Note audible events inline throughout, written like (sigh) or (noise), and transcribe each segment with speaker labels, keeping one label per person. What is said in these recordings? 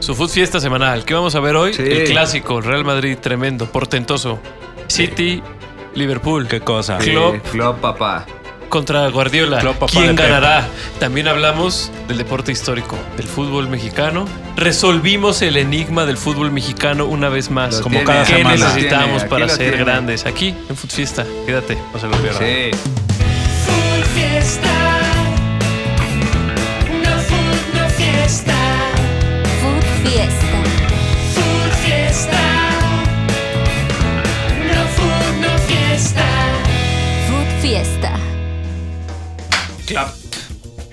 Speaker 1: Su Food Fiesta semanal. ¿Qué vamos a ver hoy?
Speaker 2: Sí.
Speaker 1: El clásico, Real Madrid, tremendo, portentoso. City, Liverpool.
Speaker 3: ¿Qué cosa?
Speaker 1: Sí. Klopp.
Speaker 2: Klopp, Eh, papá.
Speaker 1: Contra Guardiola.
Speaker 3: Klopp, papá
Speaker 1: ¿Quién
Speaker 3: de Pep.
Speaker 1: ganará? También hablamos del deporte histórico, del fútbol mexicano. Resolvimos el enigma del fútbol mexicano una vez más.
Speaker 2: Lo
Speaker 3: Como cada
Speaker 1: ¿Qué
Speaker 2: Lo
Speaker 3: semana.
Speaker 2: tiene,
Speaker 1: necesitamos
Speaker 2: aquí
Speaker 1: para
Speaker 2: lo
Speaker 1: ser
Speaker 2: tiene.
Speaker 1: grandes? Aquí, en Food Fiesta. Quédate, no se lo pierdas.
Speaker 2: Sí.
Speaker 4: Full fiesta, no full, no fiesta,
Speaker 5: Food Fiesta.
Speaker 4: full fiesta, no full, no fiesta,
Speaker 5: Food Fiesta.
Speaker 1: Clap.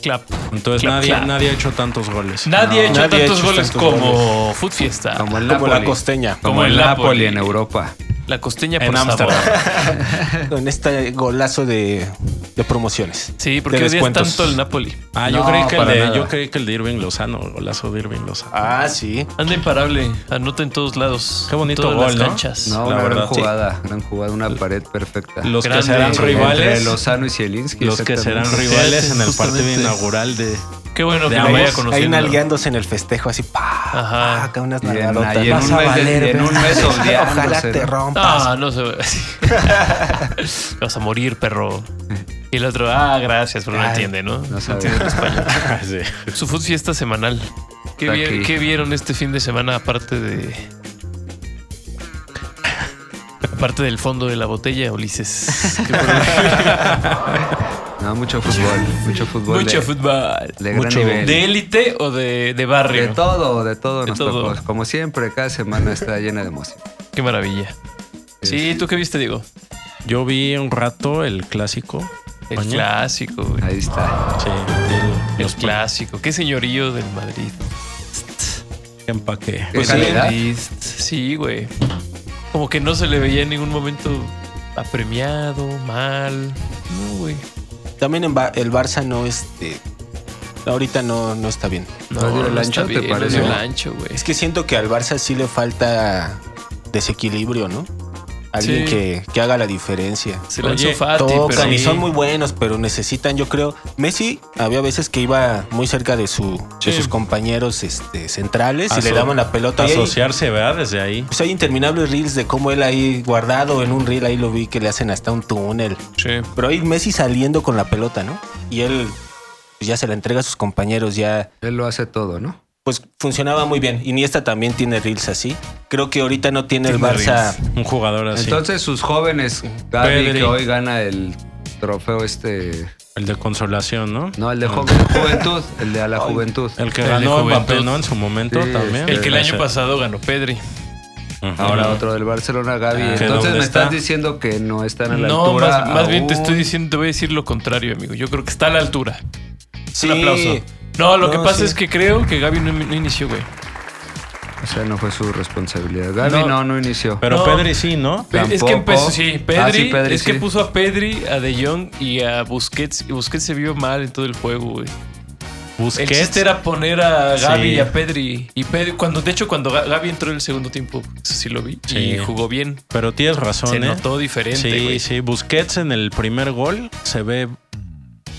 Speaker 1: Clap.
Speaker 3: Entonces
Speaker 1: Clap,
Speaker 3: nadie,
Speaker 1: clap.
Speaker 3: nadie ha hecho tantos goles.
Speaker 1: Nadie ha hecho
Speaker 6: nadie ha
Speaker 1: tantos
Speaker 6: hecho
Speaker 1: goles
Speaker 6: tantos
Speaker 1: como Food Fiesta.
Speaker 2: Como el
Speaker 6: Como
Speaker 2: Napoli.
Speaker 6: la
Speaker 1: (laughs)
Speaker 6: costeña.
Speaker 2: Como,
Speaker 1: Como
Speaker 2: el
Speaker 1: el
Speaker 2: Napoli.
Speaker 1: Napoli.
Speaker 2: en Europa.
Speaker 1: La costeña por
Speaker 3: En
Speaker 1: sabor.
Speaker 3: Ámsterdam.
Speaker 6: Con este golazo de, de promociones.
Speaker 1: Sí, porque
Speaker 6: De
Speaker 1: odias
Speaker 6: descuentos.
Speaker 1: tanto el Napoli.
Speaker 3: Ah, yo,
Speaker 2: No,
Speaker 3: creí que el
Speaker 2: para
Speaker 3: de,
Speaker 2: nada.
Speaker 3: yo creí que el de Irving Lozano, golazo de Irving Lozano.
Speaker 6: Ah, sí.
Speaker 1: Anda imparable, anota en todos lados.
Speaker 3: Qué bonito
Speaker 1: Todas
Speaker 3: gol,
Speaker 1: las
Speaker 3: ¿no?
Speaker 1: canchas.
Speaker 2: No,
Speaker 3: La
Speaker 2: una
Speaker 3: verdad,
Speaker 2: gran
Speaker 3: sí.
Speaker 2: jugada. Gran jugada, una pared perfecta.
Speaker 3: Los
Speaker 1: Grande.
Speaker 3: que serán
Speaker 1: Sí,
Speaker 2: Entre-
Speaker 3: rivales.
Speaker 2: Entre Lozano y Zielinski.
Speaker 3: Los que serán
Speaker 2: exactamente.
Speaker 3: rivales en el partido
Speaker 1: Justamente.
Speaker 3: inaugural de.
Speaker 1: Qué bueno
Speaker 3: De
Speaker 1: que me
Speaker 3: ambos,
Speaker 1: vaya
Speaker 6: Ahí
Speaker 1: conociendo.
Speaker 6: nalgueándose en el festejo, así, pa,
Speaker 1: Ajá.
Speaker 6: pa, acá unas
Speaker 2: Y en-
Speaker 6: nalgadotas.
Speaker 2: y en
Speaker 6: Vas
Speaker 2: un
Speaker 6: a
Speaker 2: mes-
Speaker 6: valer,
Speaker 2: y en
Speaker 6: ¿verdad?
Speaker 2: un mes odiándose,
Speaker 6: Ojalá te
Speaker 2: ¿no?
Speaker 6: rompas.
Speaker 1: Ah, no se ve así. Vas a morir, perro. Y el otro, ah, gracias, pero no
Speaker 6: Ay,
Speaker 1: entiende, ¿no?
Speaker 2: No sabe.
Speaker 3: Sí.
Speaker 1: Su food fiesta semanal. ¿Qué,
Speaker 2: Está
Speaker 1: vi-
Speaker 2: aquí.
Speaker 1: qué vieron este fin de semana aparte de... Aparte del fondo de la botella, Ulises. Qué
Speaker 2: (laughs) No, mucho fútbol. Mucho fútbol.
Speaker 1: Mucho
Speaker 2: de,
Speaker 1: fútbol.
Speaker 2: de gran
Speaker 3: Mucho.
Speaker 2: nivel.
Speaker 1: ¿De élite o de, de
Speaker 2: De
Speaker 1: barrio?
Speaker 2: todo, de todo
Speaker 1: De
Speaker 2: nos
Speaker 1: todo.
Speaker 2: tocó. Como siempre, cada semana está llena de emoción.
Speaker 1: Qué maravilla. Sí, ¿tú qué viste, Diego?
Speaker 3: Yo vi un rato el clásico.
Speaker 1: El
Speaker 3: España.
Speaker 1: clásico, güey.
Speaker 2: Ahí está.
Speaker 3: Sí, el-
Speaker 1: El
Speaker 3: los
Speaker 1: clásico. Qué señorío del Madrid.
Speaker 3: empaque.
Speaker 2: Pues
Speaker 1: El
Speaker 2: sí.
Speaker 1: Madrid. Sí, güey. Como que no se le veía en ningún momento apremiado, mal. No, güey.
Speaker 6: También en Ba- el Barça no, este, ahorita no, no está bien.
Speaker 1: No,
Speaker 2: ¿No dio el
Speaker 1: no
Speaker 2: ancho,
Speaker 1: está
Speaker 2: te
Speaker 1: bien, no
Speaker 2: parece?
Speaker 1: dio el ancho, güey.
Speaker 6: Es que siento que al Barça sí le falta desequilibrio, ¿no? Alguien
Speaker 1: Sí.
Speaker 6: que, que haga la diferencia.
Speaker 1: Se la
Speaker 3: Oye,
Speaker 1: hizo Fati, pero
Speaker 6: Tocan y
Speaker 1: sí.
Speaker 6: son muy buenos, pero necesitan, yo creo. Messi había veces que iba muy cerca de, su, de
Speaker 1: Sí.
Speaker 6: sus compañeros este, centrales y
Speaker 3: Aso-
Speaker 6: le daban la pelota. Y ahí-
Speaker 3: Asociarse, ¿verdad? Desde ahí.
Speaker 6: pues hay interminables reels de cómo él ahí guardado en un reel, ahí lo vi que le hacen hasta un túnel.
Speaker 1: Sí.
Speaker 6: Pero ahí Messi saliendo con la pelota, ¿no? Y él pues, ya se la entrega a sus compañeros, ya
Speaker 2: Él lo hace todo, ¿no?
Speaker 6: pues funcionaba muy bien. Iniesta también tiene reels así. Creo que ahorita no tiene el Barça.
Speaker 3: Un jugador así.
Speaker 2: Entonces, sus jóvenes, Gaby,
Speaker 3: Pedri.
Speaker 2: que hoy gana el trofeo este.
Speaker 3: el de consolación, ¿no? Ah,
Speaker 2: No, el de joven- juventud. El de a la juventud.
Speaker 3: El que
Speaker 1: Ah. El de
Speaker 3: ganó Mbappé,
Speaker 1: Juventud.
Speaker 3: ¿no? En su momento
Speaker 2: Sí,
Speaker 3: también.
Speaker 1: El que el año
Speaker 3: Gracias.
Speaker 1: pasado ganó Pedri.
Speaker 3: Ujú.
Speaker 2: Ahora otro del Barcelona, Gaby.
Speaker 3: Ah, ¿que
Speaker 2: Entonces,
Speaker 3: dónde
Speaker 2: me
Speaker 3: está?
Speaker 2: estás diciendo que no están a la
Speaker 1: No,
Speaker 2: altura.
Speaker 1: más, más bien te
Speaker 2: aún.
Speaker 1: estoy diciendo, te voy a decir lo contrario, amigo. Yo creo que está a la altura.
Speaker 6: Sí,
Speaker 1: Un aplauso. No, lo que
Speaker 6: No,
Speaker 1: pasa
Speaker 6: sí.
Speaker 1: es que creo que Gaby no, no inició, güey.
Speaker 2: O sea, no fue su responsabilidad. Gaby
Speaker 1: No.
Speaker 2: no, no, inició.
Speaker 3: Pero
Speaker 1: No.
Speaker 3: Pedri sí, ¿no?
Speaker 1: Pe- Es
Speaker 2: Tampoco.
Speaker 1: que empezó, sí, Pedri,
Speaker 2: Ah, sí, Pedri,
Speaker 1: es
Speaker 2: sí.
Speaker 1: que puso a Pedri, a De Jong y a Busquets. Y Busquets se vio mal en todo el juego, güey. El
Speaker 3: Busquets.
Speaker 1: chiste era poner a
Speaker 3: Sí.
Speaker 1: Gaby y a Pedri. Y Pedri, cuando, de hecho, cuando Ga- Gaby entró en el segundo tiempo, eso sí lo vi.
Speaker 3: Sí.
Speaker 1: Y jugó bien.
Speaker 3: Pero tienes razón,
Speaker 1: Se
Speaker 3: ¿eh?
Speaker 1: notó diferente,
Speaker 3: Sí,
Speaker 1: güey.
Speaker 3: sí. Busquets en el primer gol se ve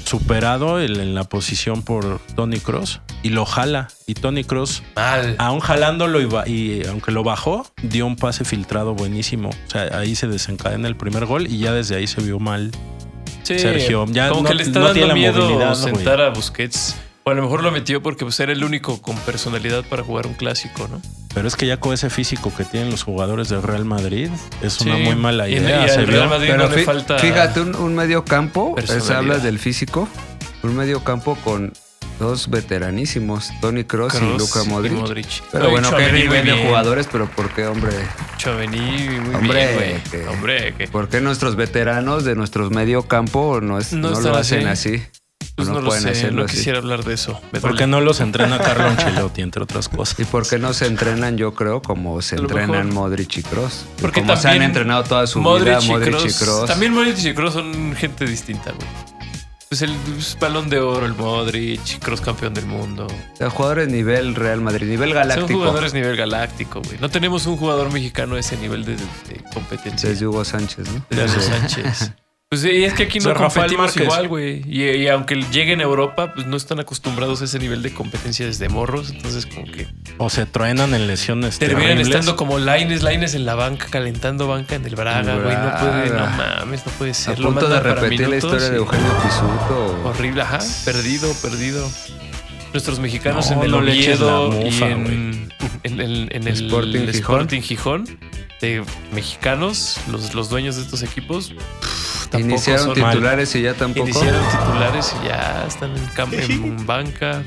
Speaker 3: superado en, en la posición por Tony Cross y lo jala. Y Tony Cross,
Speaker 1: Mal.
Speaker 3: aún jalándolo y, ba- y aunque lo bajó, dio un pase filtrado buenísimo. O sea, ahí se desencadena el primer gol y ya desde ahí se vio mal.
Speaker 1: Sí,
Speaker 3: Sergio, ya
Speaker 1: como
Speaker 3: no-
Speaker 1: que le está
Speaker 3: no tiene
Speaker 1: dando
Speaker 3: la movilidad,
Speaker 1: miedo
Speaker 3: ¿no,
Speaker 1: sentar a Busquets. O a lo mejor lo metió porque pues, era el único con personalidad para jugar un clásico, ¿no?
Speaker 3: Pero es que ya con ese físico que tienen los jugadores del Real Madrid, es una
Speaker 1: Sí.
Speaker 3: muy mala
Speaker 1: Y en-
Speaker 3: idea.
Speaker 1: y
Speaker 3: se
Speaker 1: al Real
Speaker 3: vio.
Speaker 1: Madrid
Speaker 2: Pero
Speaker 1: no le
Speaker 2: fí-
Speaker 1: falta.
Speaker 2: Fíjate, un, un medio campo, es-
Speaker 1: Personalidad.
Speaker 2: hablas del físico, un medio campo con dos veteranísimos, Tony Cross y
Speaker 1: Kroos
Speaker 2: Luca Pues Modric.
Speaker 1: y Modric.
Speaker 2: Pero
Speaker 1: No, y
Speaker 2: bueno, qué
Speaker 1: Tchouaméni muy
Speaker 2: nivel de
Speaker 1: bien.
Speaker 2: jugadores, pero ¿por qué, hombre?
Speaker 1: Tchouaméni, muy
Speaker 2: Hombre,
Speaker 1: bien, güey.
Speaker 2: que-
Speaker 1: Hombre, que
Speaker 2: ¿Por qué nuestros veteranos de nuestros medio campo no, es-
Speaker 1: No
Speaker 2: no
Speaker 1: están
Speaker 2: lo hacen
Speaker 1: así.
Speaker 2: así?
Speaker 1: pues no, lo
Speaker 2: pueden
Speaker 1: sé,
Speaker 2: hacerlo
Speaker 1: no
Speaker 2: así.
Speaker 1: quisiera hablar de eso. Me
Speaker 3: Porque
Speaker 1: duele.
Speaker 3: no los entrena Carlo Ancelotti, entre otras cosas.
Speaker 2: ¿Y por qué no se entrenan, yo creo, como se
Speaker 1: A lo
Speaker 2: entrenan
Speaker 1: mejor.
Speaker 2: Modric y Cross?
Speaker 1: Porque
Speaker 2: como se han
Speaker 1: también
Speaker 2: entrenado toda su vida Modric y Cross.
Speaker 1: También Modric y Kroos son gente distinta, güey. Pues el pues, balón de oro, el Modric, Kroos campeón del mundo.
Speaker 2: jugadores nivel Real Madrid, nivel galáctico.
Speaker 1: Son jugadores nivel galáctico, güey. No tenemos un jugador mexicano a ese nivel de, de competencia.
Speaker 2: Desde Hugo Sánchez, ¿no?
Speaker 1: Desde Sánchez. Pues sí, y es que aquí no
Speaker 3: O sea, Rafael
Speaker 1: competimos
Speaker 3: Márquez.
Speaker 1: igual, güey. Y, y aunque lleguen a Europa, pues no están acostumbrados a ese nivel de competencia desde morros. Entonces, como que
Speaker 3: O se truenan en lesiones
Speaker 1: terminan
Speaker 3: terribles.
Speaker 1: estando como lines, lines en la banca, calentando banca en el Braga, güey. No puede, no
Speaker 2: Braga.
Speaker 1: mames, no puede
Speaker 2: A
Speaker 1: ser. Lo
Speaker 2: punto de
Speaker 1: mandan para
Speaker 2: repetir la
Speaker 1: minutos
Speaker 2: historia de
Speaker 1: y-
Speaker 2: Eugenio Pisuto.
Speaker 1: Horrible, ajá. Perdido, perdido. Nuestros mexicanos
Speaker 3: No,
Speaker 1: en el
Speaker 3: no le eches la
Speaker 1: Oviedo
Speaker 3: mufa,
Speaker 1: y en, en- en- en el
Speaker 2: Sporting Gijón.
Speaker 1: Sporting Gijón. de mexicanos, los, los dueños de estos equipos, pff, tampoco
Speaker 2: Iniciaron
Speaker 1: son-
Speaker 2: titulares y ya tampoco.
Speaker 1: Iniciaron titulares y ya están en, cam-
Speaker 2: (laughs)
Speaker 1: en banca.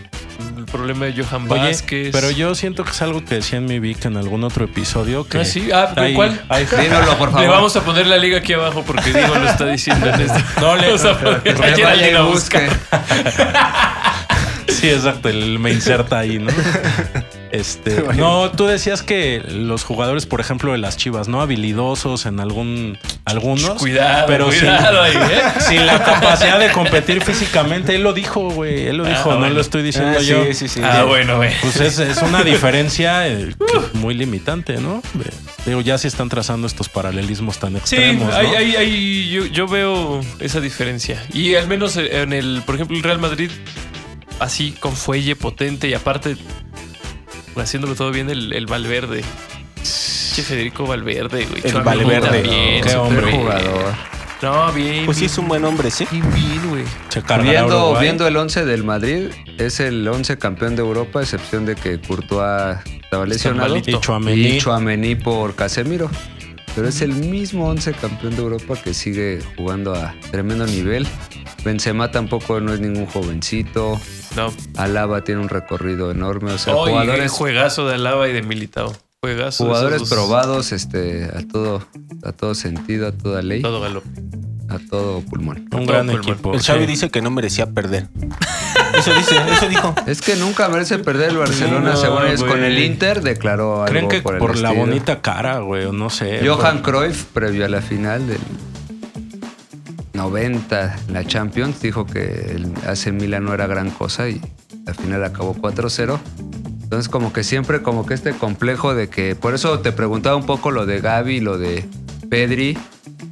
Speaker 1: El problema de Johan
Speaker 3: Oye,
Speaker 1: Vázquez.
Speaker 3: pero yo siento que es algo que decía en mi Vic en algún otro episodio que
Speaker 1: Ah, sí. Ah, ¿pero
Speaker 3: hay-
Speaker 1: cuál?
Speaker 3: hay-
Speaker 2: Dímelo, por favor.
Speaker 1: Le vamos a poner la liga aquí abajo porque Diego lo está diciendo en este. (laughs) No le vamos a poner.
Speaker 2: Que
Speaker 1: Ayer
Speaker 2: vaya y
Speaker 1: alguien la
Speaker 2: busque.
Speaker 1: busca.
Speaker 3: (laughs) Sí, exacto, el me inserta ahí,
Speaker 1: (laughs)
Speaker 3: ¿no? Este, no, tú decías que los jugadores, por ejemplo, de las Chivas, no habilidosos en algún algunos,
Speaker 1: Cuidado,
Speaker 3: pero sin-
Speaker 1: cuidado ahí, ¿eh?
Speaker 3: (laughs) sin, la capacidad de competir físicamente. Él lo dijo, güey, él lo
Speaker 1: Ah,
Speaker 3: dijo, no
Speaker 1: bueno.
Speaker 3: lo estoy diciendo
Speaker 6: Ah,
Speaker 3: yo.
Speaker 6: sí, sí, sí.
Speaker 1: Ah, bueno, güey.
Speaker 3: Pues es, es una diferencia eh, que- muy limitante, ¿no? Eh, Digo, ya se están trazando estos paralelismos tan
Speaker 1: Sí,
Speaker 3: extremos,
Speaker 1: hay-
Speaker 3: ¿no?
Speaker 1: hay- hay- yo, yo veo esa diferencia. Y al menos en el, por ejemplo, el Real Madrid, así con fuelle potente y aparte haciéndolo todo bien, el, el Valverde. Che, Federico Valverde, güey.
Speaker 6: El
Speaker 1: Chua,
Speaker 6: Valverde.
Speaker 1: también,
Speaker 3: Qué
Speaker 1: súper
Speaker 3: hombre.
Speaker 1: bien.
Speaker 2: jugador.
Speaker 1: No, bien.
Speaker 6: Pues sí,
Speaker 1: bien,
Speaker 6: es un buen hombre, sí.
Speaker 1: bien, bien, güey.
Speaker 3: Se cargará
Speaker 2: Viendo,
Speaker 3: Uruguay.
Speaker 2: viendo el 11 del Madrid, es el 11 campeón de Europa, a excepción de que Courtois estaba lesionado.
Speaker 1: malito.
Speaker 3: Y Tchouaméni.
Speaker 2: Y Chuamení por Casemiro. Pero es el mismo 11 campeón de Europa que sigue jugando a tremendo nivel. Benzema tampoco no es ningún jovencito.
Speaker 1: No.
Speaker 2: Alaba tiene un recorrido enorme. O sea,
Speaker 1: Oh, y
Speaker 2: jugadores,
Speaker 1: juegazo de Alaba y de Militao. Juegazo. de
Speaker 2: jugadores
Speaker 1: esos dos.
Speaker 2: probados este, a, todo, a todo sentido, a toda ley,
Speaker 1: Todo galo.
Speaker 2: a todo pulmón.
Speaker 3: Un
Speaker 1: Todo
Speaker 3: gran
Speaker 1: Pullman.
Speaker 3: equipo.
Speaker 6: El
Speaker 3: sí.
Speaker 6: Xavi dice que no merecía perder. Eso dice, eso dijo.
Speaker 2: Es que nunca merece perder el Barcelona,
Speaker 1: No,
Speaker 2: según ellos.
Speaker 1: güey.
Speaker 2: Con el Inter declaró algo
Speaker 3: Creen que
Speaker 2: por
Speaker 3: por,
Speaker 2: el
Speaker 3: la
Speaker 2: estilo.
Speaker 3: bonita cara, güey, o no sé. pues,
Speaker 2: Johan Cruyff, previo a la final del 90, la Champions, dijo que el AC Milan no era gran cosa y la final acabó 4-0. Entonces, como que siempre, como que este complejo de que. Por eso te preguntaba un poco lo de Gaby y lo de Pedri.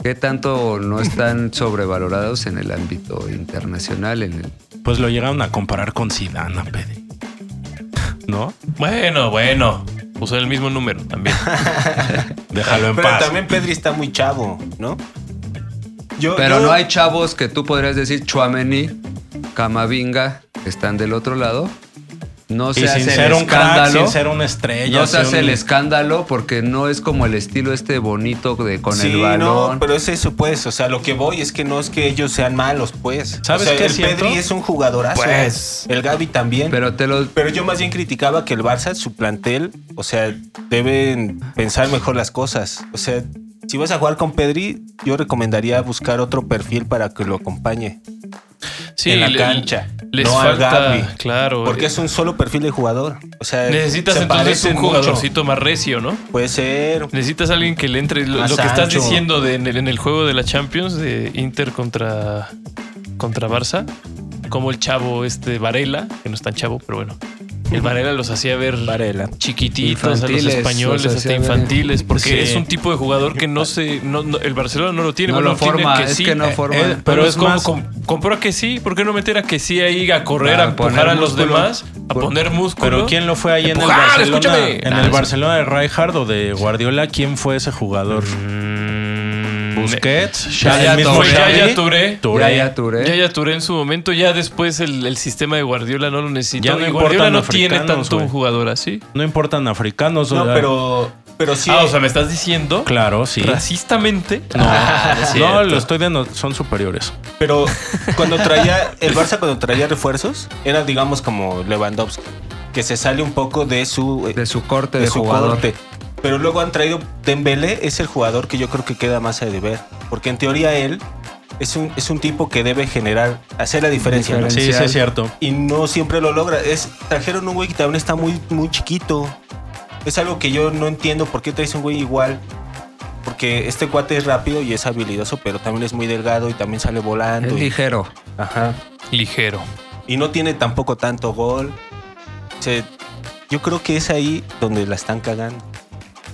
Speaker 2: ¿Qué tanto no
Speaker 3: (laughs)
Speaker 2: están sobrevalorados en el ámbito internacional? En el,
Speaker 3: Pues lo llegaron a comparar con Zidane, Pede. ¿No?
Speaker 1: Bueno, bueno. Usó el mismo número también.
Speaker 3: Déjalo en
Speaker 6: Pero
Speaker 3: paz.
Speaker 6: también Pedri está muy chavo, ¿no? Yo-
Speaker 2: Pero
Speaker 6: yo-
Speaker 2: no hay chavos que tú podrías decir Chuameni, Camavinga, que están del otro lado. No
Speaker 3: y
Speaker 2: se hace
Speaker 3: sin
Speaker 2: el
Speaker 3: ser un crack,
Speaker 2: escándalo.
Speaker 3: sin ser una estrella.
Speaker 2: no se
Speaker 3: sin
Speaker 2: hace el
Speaker 3: un-
Speaker 2: escándalo porque no es como el estilo este bonito de con
Speaker 6: sí,
Speaker 2: el balón.
Speaker 6: no, pero es eso, pues. O sea, lo que voy es que no es que ellos sean malos, pues.
Speaker 3: ¿Sabes
Speaker 6: O sea,
Speaker 3: qué
Speaker 6: El
Speaker 3: siento?
Speaker 6: Pedri es un jugadorazo.
Speaker 1: Pues.
Speaker 6: El Gaby también. Pero,
Speaker 2: Pero te lo.
Speaker 6: yo más bien criticaba que el Barça, su plantel, o sea, deben pensar mejor las cosas. O sea, si vas a jugar con Pedri, yo recomendaría buscar otro perfil para que lo acompañe.
Speaker 1: Sí,
Speaker 6: (laughs) en la
Speaker 1: le-
Speaker 6: cancha.
Speaker 1: Les
Speaker 6: no al
Speaker 1: falta,
Speaker 6: Gaby.
Speaker 1: claro. eh.
Speaker 6: Porque es un solo perfil de jugador. O sea,
Speaker 1: Necesitas
Speaker 6: se
Speaker 1: entonces
Speaker 6: parecen
Speaker 1: un
Speaker 6: mucho.
Speaker 1: jugadorcito más recio, ¿no?
Speaker 6: Puede ser.
Speaker 1: Necesitas alguien que le entre lo,
Speaker 6: Más
Speaker 1: lo que estás
Speaker 6: ancho.
Speaker 1: diciendo de, en, el, en el juego de la Champions de Inter contra contra Barça, como el chavo este Varela, que no es tan chavo, pero bueno. El Varela los hacía ver
Speaker 6: Varela.
Speaker 1: chiquititos a los
Speaker 2: Infantiles,
Speaker 1: españoles,
Speaker 2: los hacía
Speaker 1: hasta
Speaker 2: ver-
Speaker 1: infantiles, porque
Speaker 3: Sí.
Speaker 1: es un tipo de jugador que no se no- no- el Barcelona no lo tiene,
Speaker 2: No
Speaker 1: bueno,
Speaker 2: lo
Speaker 1: tiene
Speaker 2: forma,
Speaker 1: que
Speaker 2: es
Speaker 1: sí,
Speaker 2: que no
Speaker 1: eh,
Speaker 2: forma.
Speaker 1: eh, pero,
Speaker 3: Pero
Speaker 1: es,
Speaker 3: es
Speaker 1: como
Speaker 3: más-
Speaker 1: com- compró que sí, ¿por qué no meter a que sí ahí a correr, a
Speaker 2: A poner
Speaker 1: empujar a los
Speaker 2: músculo.
Speaker 1: demás, a
Speaker 2: Por-
Speaker 1: poner músculo?
Speaker 3: Pero ¿quién lo fue ahí en el
Speaker 1: Empujar,
Speaker 3: Barcelona?
Speaker 1: escúchame.
Speaker 3: En
Speaker 1: Ah,
Speaker 3: el
Speaker 1: sí.
Speaker 3: Barcelona de Rijkaard o de Guardiola, ¿quién fue ese jugador?
Speaker 1: Mm,
Speaker 3: Busquets,
Speaker 2: Ya,
Speaker 3: Xavi,
Speaker 2: ya,
Speaker 3: el mismo
Speaker 1: Fue
Speaker 2: Touré.
Speaker 3: Xavi.
Speaker 1: Yaya Touré.
Speaker 3: Touré.
Speaker 2: Yaya Touré.
Speaker 1: Yaya Touré en su momento, ya después el, el sistema de Guardiola no lo necesita.
Speaker 3: Ya no
Speaker 1: Y
Speaker 3: importan
Speaker 1: Guardiola no
Speaker 3: africanos,
Speaker 1: tiene tanto
Speaker 3: güey.
Speaker 1: un jugador así.
Speaker 3: No importan africanos.
Speaker 6: No,
Speaker 3: o-
Speaker 6: pero, pero sí.
Speaker 1: Ah, o sea, me estás diciendo
Speaker 3: Claro, sí.
Speaker 1: racistamente.
Speaker 3: (laughs) No,
Speaker 1: Ah, cierto.
Speaker 3: Ah, no, lo estoy dando. Son superiores.
Speaker 1: (laughs)
Speaker 6: Pero cuando traía, el Barça cuando traía refuerzos, era digamos como Lewandowski, que se sale un poco de su, eh,
Speaker 2: De su corte
Speaker 6: de
Speaker 2: de,
Speaker 6: su
Speaker 2: jugador.
Speaker 6: corte. Pero luego han traído Dembélé, es el jugador que yo creo que queda más a deber, porque en teoría él es un, es un tipo que debe generar, hacer la diferencia. ¿no?
Speaker 2: Diferencia.
Speaker 3: Sí, sí, es cierto.
Speaker 6: Y no siempre lo logra. Es, trajeron un güey que también está muy, muy chiquito. Es algo que yo no entiendo por qué traes un güey igual. Porque este cuate es rápido y es habilidoso, pero también es muy delgado y también sale
Speaker 2: Es
Speaker 6: volando. y-
Speaker 2: ligero.
Speaker 6: Ajá.
Speaker 1: Ligero.
Speaker 6: Y no tiene tampoco tanto gol. O sea, yo creo que es ahí donde la están cagando.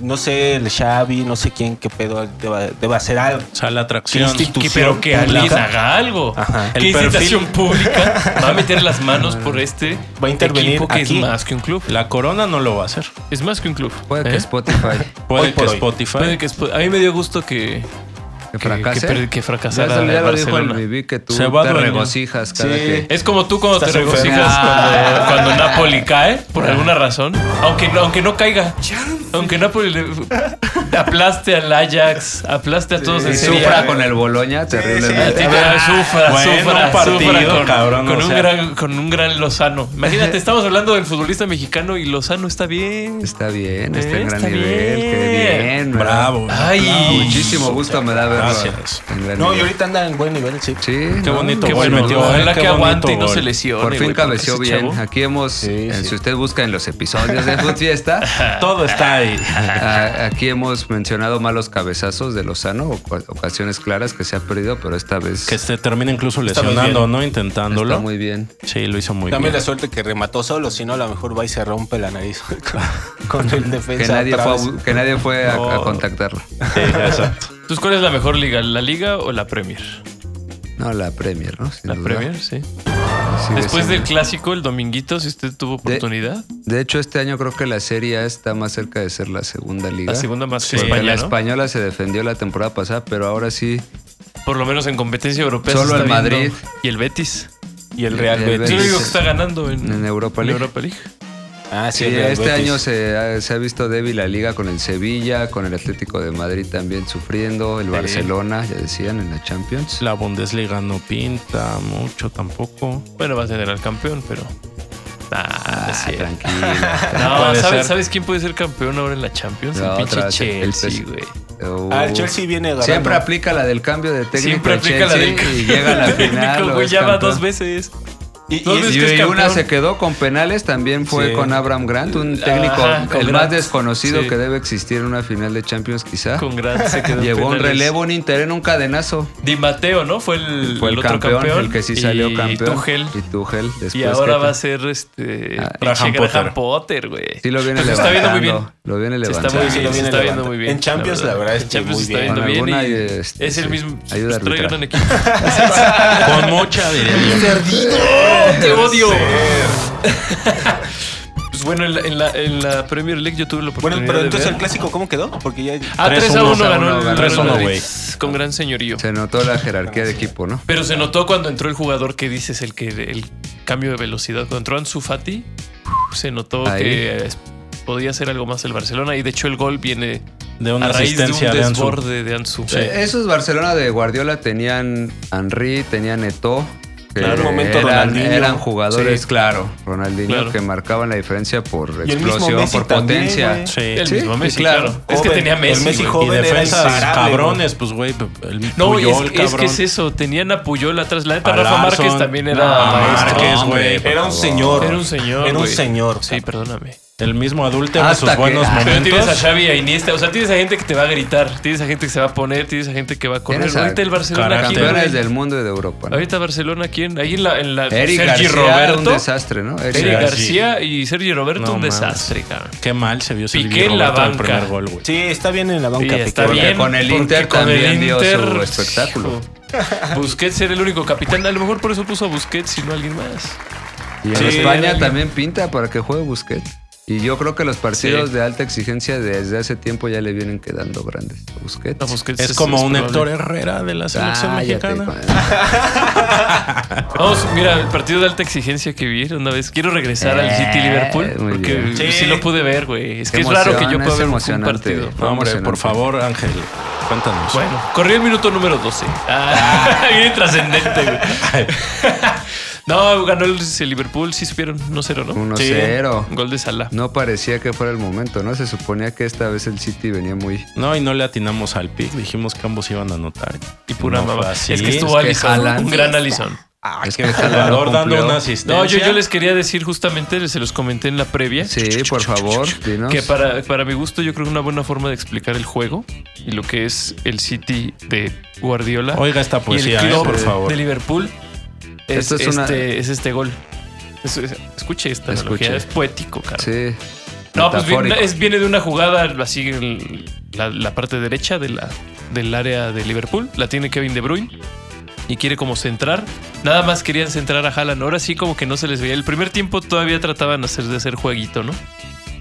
Speaker 6: no sé, el Xavi, no sé quién, qué pedo deba, deba hacer algo.
Speaker 3: O sea, la
Speaker 1: Que
Speaker 3: atracción.
Speaker 1: insti- que-
Speaker 6: institución
Speaker 1: pero que
Speaker 6: pública.
Speaker 1: alguien haga algo.
Speaker 6: Ajá.
Speaker 1: Que
Speaker 3: El perfil.
Speaker 1: institución pública
Speaker 2: (laughs)
Speaker 1: va a meter las manos por este
Speaker 6: Va a intervenir
Speaker 1: equipo que
Speaker 6: aquí.
Speaker 1: es más que un club.
Speaker 3: La corona no lo va a hacer.
Speaker 1: Es más que un club.
Speaker 2: Puede
Speaker 1: ¿eh?
Speaker 2: que Spotify
Speaker 3: Puede
Speaker 6: Hoy
Speaker 3: que
Speaker 6: por hoy.
Speaker 3: Spotify.
Speaker 1: Puede que Sp- a mí me dio gusto que,
Speaker 2: que
Speaker 1: que-
Speaker 2: fracase.
Speaker 1: que per- que fracasara
Speaker 2: Ya, eso ya lo dijo el
Speaker 1: Barcelona.
Speaker 2: Vivi que tú
Speaker 3: Se va a
Speaker 2: te
Speaker 3: adueñar.
Speaker 2: regocijas cada
Speaker 6: Sí.
Speaker 2: que...
Speaker 1: Es como tú cuando te
Speaker 6: Estás
Speaker 1: regocijas cuando,
Speaker 2: enfermo. Ah.
Speaker 1: cuando Napoli cae, por alguna razón. Aunque, no- aunque no caiga. Aunque Napoli le- aplaste al Ajax, aplaste a todos
Speaker 2: Y
Speaker 1: en Serie
Speaker 2: sufra
Speaker 1: A.
Speaker 2: con el Boloña
Speaker 1: El
Speaker 2: terriblemente.
Speaker 1: tipo, Ah, sufra,
Speaker 3: Bueno,
Speaker 1: sufra,
Speaker 3: un partido,
Speaker 1: sufra con,
Speaker 3: cabrón,
Speaker 1: con
Speaker 3: o
Speaker 1: un
Speaker 3: sea.
Speaker 1: gran, con un gran Lozano.
Speaker 2: (laughs)
Speaker 1: Imagínate, estamos hablando del futbolista mexicano y Lozano está bien.
Speaker 2: Está bien, está
Speaker 1: Eh,
Speaker 2: en gran
Speaker 1: está
Speaker 2: nivel. Qué
Speaker 1: bien.
Speaker 2: bien. ¿verdad?
Speaker 3: Bravo.
Speaker 1: Ay,
Speaker 2: Muchísimo gusto me da verlo.
Speaker 3: Gracias.
Speaker 2: en gran
Speaker 6: No, y
Speaker 2: nivel.
Speaker 6: ahorita anda en buen nivel, sí.
Speaker 2: Sí.
Speaker 3: Qué
Speaker 2: no,
Speaker 3: bonito
Speaker 1: Ah, Qué
Speaker 3: gol
Speaker 1: bueno,
Speaker 3: metió,
Speaker 1: ojalá
Speaker 3: eh, qué
Speaker 1: que aguante y
Speaker 3: bonito
Speaker 1: no se
Speaker 3: gol.
Speaker 1: lesione.
Speaker 2: Por fin
Speaker 1: güey, porque ese
Speaker 2: cabeció bien.
Speaker 1: chavo-
Speaker 2: Aquí hemos,
Speaker 6: Sí,
Speaker 2: en
Speaker 6: sí.
Speaker 2: si usted busca en los episodios de Food Fiesta,
Speaker 1: (laughs)
Speaker 3: Todo
Speaker 2: ah,
Speaker 3: está ahí.
Speaker 2: a- aquí hemos mencionado malos cabezazos de Lozano, o- ocasiones claras que se ha perdido, pero esta vez
Speaker 3: que se termina incluso
Speaker 6: Está muy
Speaker 3: lesionando,
Speaker 6: bien.
Speaker 3: ¿no?
Speaker 2: está
Speaker 3: Intentándolo.
Speaker 2: muy bien.
Speaker 3: Sí, lo hizo muy
Speaker 6: Dame
Speaker 3: bien.
Speaker 6: la suerte que remató solo, si no, a lo mejor va y se rompe la nariz (laughs) con el defensa.
Speaker 2: Que nadie,
Speaker 6: otra
Speaker 2: fue a,
Speaker 6: vez.
Speaker 2: bu- que nadie fue a, a
Speaker 3: No.
Speaker 2: contactarla.
Speaker 3: Sí, exacto.
Speaker 1: Entonces, ¿cuál es la mejor liga? ¿La liga o la Premier?
Speaker 2: No, la Premier, ¿no? Sin
Speaker 1: La
Speaker 2: duda.
Speaker 1: Premier, sí.
Speaker 2: Sigue
Speaker 1: Después
Speaker 2: siendo-
Speaker 1: del clásico, el dominguito, si usted tuvo oportunidad,
Speaker 2: De hecho, este año creo que la Serie A está más cerca de ser la segunda liga.
Speaker 1: la segunda más que
Speaker 3: Sí.
Speaker 2: Porque
Speaker 1: España,
Speaker 2: la
Speaker 1: ¿no?
Speaker 2: española se defendió la temporada pasada, pero ahora sí.
Speaker 1: Por lo menos en competencia europea.
Speaker 2: Solo
Speaker 1: se está
Speaker 2: el Madrid.
Speaker 1: viendo. Y el Betis.
Speaker 6: Y el Real
Speaker 2: El
Speaker 6: Betis.
Speaker 1: Yo
Speaker 2: Betis.
Speaker 1: le digo que está ganando en,
Speaker 2: En Europa
Speaker 1: en
Speaker 2: League.
Speaker 1: Europa League.
Speaker 6: Ah,
Speaker 2: Sí,
Speaker 6: el Real
Speaker 1: pues,
Speaker 2: este
Speaker 6: Betis.
Speaker 2: año se ha, se ha visto débil la liga con el Sevilla, con el Atlético de Madrid también sufriendo, el Barcelona, ya decían, en la Champions.
Speaker 3: La Bundesliga no pinta mucho tampoco.
Speaker 1: Bueno, va a tener al campeón, pero. Nah, no es
Speaker 2: Ah,
Speaker 1: cierto. (laughs)
Speaker 2: (laughs) tranquila.
Speaker 1: No,
Speaker 3: Puede ser.
Speaker 1: ¿sabes, ¿sabes quién puede ser campeón ahora en la Champions?
Speaker 2: La
Speaker 1: el pinche
Speaker 2: otra, el
Speaker 1: Chelsea,
Speaker 2: PSG.
Speaker 1: güey.
Speaker 2: Uh,
Speaker 6: Ah, el Chelsea viene ganando.
Speaker 2: Siempre aplica la del cambio de técnico.
Speaker 1: Siempre
Speaker 2: el
Speaker 1: aplica la
Speaker 2: Chelsea
Speaker 1: del
Speaker 2: Y
Speaker 1: (laughs)
Speaker 2: llega a la
Speaker 1: técnico,
Speaker 2: final. o
Speaker 1: güey,
Speaker 2: es
Speaker 1: ya va
Speaker 2: campeón.
Speaker 1: dos veces.
Speaker 6: Y,
Speaker 1: Dos
Speaker 6: y-
Speaker 1: veces
Speaker 2: Y,
Speaker 1: que es
Speaker 2: y una
Speaker 1: campeón.
Speaker 2: se quedó con penales, también fue
Speaker 6: Sí.
Speaker 2: con Abraham Grant, un
Speaker 1: Ajá,
Speaker 2: técnico
Speaker 1: con
Speaker 2: el más
Speaker 1: Grant.
Speaker 2: desconocido
Speaker 1: Sí.
Speaker 2: que debe existir en una final de Champions quizá.
Speaker 1: Con gran se quedó en
Speaker 2: Llegó Ah. un
Speaker 1: penales.
Speaker 2: relevo, un interés, un cadenazo.
Speaker 1: Di Mateo, ¿no? Fue el,
Speaker 2: Fue el,
Speaker 1: otro
Speaker 2: campeón,
Speaker 1: campeón.
Speaker 2: el que sí salió
Speaker 1: y
Speaker 2: campeón.
Speaker 1: Tuchel.
Speaker 2: Y Tuchel. Después
Speaker 1: Y ahora
Speaker 2: que-
Speaker 1: va a ser este.
Speaker 2: Ah,
Speaker 1: pinche
Speaker 3: Graham Potter.
Speaker 1: Graham Potter, güey. Pues
Speaker 2: Sí lo viene
Speaker 1: Se
Speaker 2: levantando.
Speaker 1: está viendo muy bien.
Speaker 2: Lo viene
Speaker 1: Se está
Speaker 2: levantando.
Speaker 1: muy
Speaker 6: Sí,
Speaker 1: bien,
Speaker 6: lo
Speaker 1: se
Speaker 6: viene
Speaker 1: está viendo
Speaker 6: levantando.
Speaker 1: muy bien.
Speaker 6: En Champions, la verdad, es
Speaker 1: en
Speaker 6: que
Speaker 1: Champions
Speaker 6: muy
Speaker 1: se está
Speaker 6: bien.
Speaker 1: viendo
Speaker 2: Con
Speaker 1: bien.
Speaker 2: alguna,
Speaker 1: y
Speaker 2: este,
Speaker 1: es el
Speaker 2: sí,
Speaker 1: mismo.
Speaker 2: ayuda
Speaker 1: pues, trae
Speaker 2: arbitral.
Speaker 1: gran equipo.
Speaker 3: Con mucha, diría
Speaker 1: ¡Oh,
Speaker 3: yo.
Speaker 1: ¡Te odio! (laughs) pues bueno, en la, en, la, en la Premier League yo tuve la oportunidad.
Speaker 6: Bueno, pero
Speaker 1: de
Speaker 6: entonces
Speaker 1: ver.
Speaker 6: el clásico, ¿cómo quedó? Porque ya.
Speaker 1: Ah, 3 a 1
Speaker 3: 3-1
Speaker 1: ganó el
Speaker 2: ganó el
Speaker 1: Real
Speaker 2: Real
Speaker 1: Madrid,
Speaker 3: güey.
Speaker 1: Con gran señorío.
Speaker 2: Se notó la jerarquía de equipo, ¿no?
Speaker 1: Pero se notó cuando entró el jugador que dices, el que el cambio de velocidad. Cuando entró Ansu Fati, se notó
Speaker 2: Ahí.
Speaker 1: que eh, podía hacer algo más el Barcelona. Y de hecho, el gol viene
Speaker 3: De una
Speaker 1: a raíz de un
Speaker 3: asistencia de Ansu.
Speaker 1: desborde de Ansu.
Speaker 3: Sí.
Speaker 2: Eh, Esos Barcelona de Guardiola tenían Henry, tenían Eto'o. que
Speaker 6: Claro, en un momento
Speaker 2: eran,
Speaker 6: Ronaldinho.
Speaker 2: eran jugadores,
Speaker 6: Sí.
Speaker 2: claro, Ronaldinho,
Speaker 1: Claro.
Speaker 2: que marcaban la diferencia por
Speaker 6: Y el mismo
Speaker 2: explosión,
Speaker 6: Messi
Speaker 2: por
Speaker 6: también,
Speaker 2: potencia.
Speaker 6: güey.
Speaker 3: Sí.
Speaker 1: El
Speaker 2: Sí,
Speaker 1: mismo
Speaker 2: sí,
Speaker 1: Messi,
Speaker 2: claro.
Speaker 1: claro. Es que
Speaker 6: Joven,
Speaker 1: tenía Messi.
Speaker 6: el Messi
Speaker 1: güey.
Speaker 6: joven.
Speaker 3: Y
Speaker 6: era
Speaker 3: defensas
Speaker 6: imparable,
Speaker 3: cabrones, pues, güey. El
Speaker 1: No, y es,
Speaker 3: Puyol,
Speaker 1: es que
Speaker 3: cabrón.
Speaker 1: es eso. Tenían a Puyol atrás. La neta,
Speaker 3: A
Speaker 1: Rafa
Speaker 3: Larsson.
Speaker 1: Márquez también era
Speaker 3: No,
Speaker 1: maestro.
Speaker 3: Márquez,
Speaker 1: Hombre,
Speaker 3: güey.
Speaker 6: Era un señor.
Speaker 1: Era un señor.
Speaker 6: Era un
Speaker 1: güey.
Speaker 6: señor.
Speaker 1: Sí, perdóname.
Speaker 3: El mismo adúltero en
Speaker 2: Hasta
Speaker 3: sus
Speaker 2: que-
Speaker 3: buenos
Speaker 2: Ah,
Speaker 1: Pero tienes a
Speaker 3: momentos.
Speaker 1: Xavi, a Iniesta, o sea, tienes a gente que te va a gritar, tienes a gente que se va a poner, tienes a gente que va a correr.
Speaker 2: Tienes a
Speaker 1: Ahorita el Barcelona aquí,
Speaker 3: Carácter.
Speaker 1: güey.
Speaker 2: Campeones del mundo y de Europa. ¿no?
Speaker 1: Ahorita Barcelona, ¿quién? Ahí en la, en la
Speaker 2: Eric
Speaker 1: Sergi
Speaker 2: García, un
Speaker 1: Roberto.
Speaker 2: desastre, ¿no? Eric
Speaker 1: Eric
Speaker 3: Sí,
Speaker 2: García.
Speaker 1: García y Sergi Roberto,
Speaker 3: No
Speaker 1: un
Speaker 3: mames.
Speaker 1: desastre, cabrón.
Speaker 3: Qué mal se vio ese
Speaker 1: Piqué en la
Speaker 3: Roberto
Speaker 1: banca.
Speaker 3: El primer gol, güey.
Speaker 6: Sí, está bien en la
Speaker 1: Sí,
Speaker 6: banca.
Speaker 1: está
Speaker 6: Piqué.
Speaker 1: bien.
Speaker 2: con el
Speaker 1: porque
Speaker 2: Inter
Speaker 1: con el
Speaker 2: también dio su
Speaker 1: Inter,
Speaker 2: espectáculo.
Speaker 1: hijo, Busquets era el único capitán. A lo mejor por eso puso a Busquets y no a alguien más.
Speaker 2: Y en
Speaker 1: Sí,
Speaker 2: España
Speaker 1: era-
Speaker 2: también pinta para que juegue Busquets. Y yo creo que los partidos
Speaker 1: Sí.
Speaker 2: de alta exigencia desde hace tiempo ya le vienen quedando grandes a Busquets.
Speaker 1: No, Busquets
Speaker 3: Es como un
Speaker 1: probable.
Speaker 3: Héctor ¿eh? Herrera de la selección
Speaker 2: Cállate,
Speaker 3: mexicana.
Speaker 1: (laughs)
Speaker 2: con-
Speaker 1: Vamos, mira, el partido de alta exigencia que vi una vez. Quiero regresar al
Speaker 2: Eh,
Speaker 1: City Liverpool
Speaker 2: muy
Speaker 1: porque
Speaker 2: bien.
Speaker 1: sí.
Speaker 6: Sí.
Speaker 1: lo pude ver, güey. Es
Speaker 2: Qué
Speaker 1: que es raro que yo
Speaker 2: emoción,
Speaker 1: pueda
Speaker 2: es
Speaker 1: ver un
Speaker 2: emocionante.
Speaker 1: partido.
Speaker 3: No, hombre, por
Speaker 2: Emocionante.
Speaker 3: favor, Ángel, cuéntanos.
Speaker 1: Bueno, corrió el minuto número 12. Ah, (laughs) bien trascendente, güey. (laughs) No, ganó el el Liverpool, sí supieron, no cero, ¿no?
Speaker 2: 1-0.
Speaker 1: Gol de Salah.
Speaker 2: No parecía que fuera el momento, ¿no? Se suponía que esta vez el City venía muy...
Speaker 3: No, y no le atinamos al pick. Dijimos que ambos iban a anotar.
Speaker 1: Y pura
Speaker 3: No fue
Speaker 1: mamá.
Speaker 3: así.
Speaker 1: Es que estuvo
Speaker 2: es que
Speaker 1: Alisson,
Speaker 2: Haaland-
Speaker 1: un gran Alisson.
Speaker 3: Ah,
Speaker 2: Es
Speaker 3: qué
Speaker 2: que Haaland
Speaker 3: jugador
Speaker 2: no
Speaker 3: dando
Speaker 2: cumplió.
Speaker 3: una asistencia.
Speaker 1: No, yo, yo les quería decir justamente, se los comenté en la previa,
Speaker 2: Sí, por favor, dinos.
Speaker 1: que para, para mi gusto yo creo que una buena forma de explicar el juego y lo que es el City de Guardiola
Speaker 3: Oiga esta
Speaker 1: y el
Speaker 3: poesía, eh,
Speaker 1: club
Speaker 3: por favor.
Speaker 1: de Liverpool es,
Speaker 2: Esto es una-
Speaker 1: este, es este gol. Es- es- escuche esta analogía,
Speaker 2: Escuche.
Speaker 1: es poético, cara.
Speaker 2: Sí,
Speaker 1: No, pues vi-
Speaker 2: Metafórico.
Speaker 1: es- viene de una jugada así, el- la, la parte derecha de la, del área de Liverpool. La tiene Kevin De Bruyne y quiere como centrar. Nada más querían centrar a Haaland. Ahora sí, como que no se les veía. El primer tiempo todavía trataban hacer, de hacer jueguito, ¿no?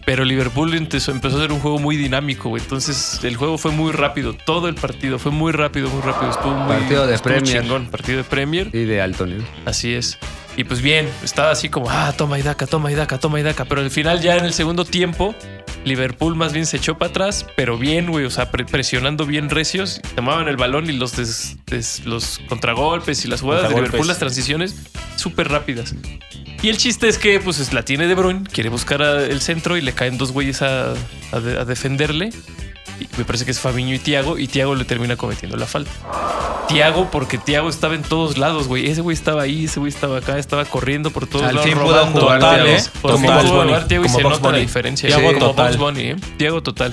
Speaker 1: Pero Liverpool empezó, empezó a ser un juego muy dinámico, güey. Entonces el juego fue muy rápido. Todo el partido fue muy rápido, muy rápido. Estuvo muy.
Speaker 2: Partido de
Speaker 1: estuvo
Speaker 2: Premier.
Speaker 1: chingón, Partido de Premier.
Speaker 2: Y de alto nivel.
Speaker 1: Así es. Y pues bien, estaba así como, ah, toma y daca, toma y daca, toma y daca. Pero al final, ya en el segundo tiempo, Liverpool más bien se echó para atrás, pero bien, güey, o sea, pre- presionando bien recios. Tomaban el balón y los, des- des- los contragolpes y las jugadas de
Speaker 6: Contragolpes.
Speaker 1: Liverpool, las transiciones, súper rápidas. Y el chiste es que, pues, es- la tiene De Bruyne, quiere buscar a- el centro y le caen dos güeyes a, a de- a defenderle. Y me parece que es Fabiño y Tiago, y Tiago le termina cometiendo la falta. Tiago, porque Tiago estaba en todos lados, güey. Ese güey estaba ahí, ese güey estaba acá, estaba corriendo por todos
Speaker 2: Al
Speaker 1: lados.
Speaker 2: fin pudo
Speaker 1: robando.
Speaker 2: jugar
Speaker 1: total,
Speaker 2: Thiago.
Speaker 1: ¿eh? Por fin
Speaker 6: Como
Speaker 1: pudo
Speaker 6: Bugs
Speaker 1: jugar
Speaker 6: Bunny.
Speaker 1: Thiago y
Speaker 6: Como
Speaker 1: se
Speaker 6: Bugs
Speaker 1: nota la
Speaker 6: Bunny.
Speaker 1: diferencia.
Speaker 2: Thiago
Speaker 1: como
Speaker 6: total.
Speaker 1: Bugs Bunny, ¿eh? Tiago total.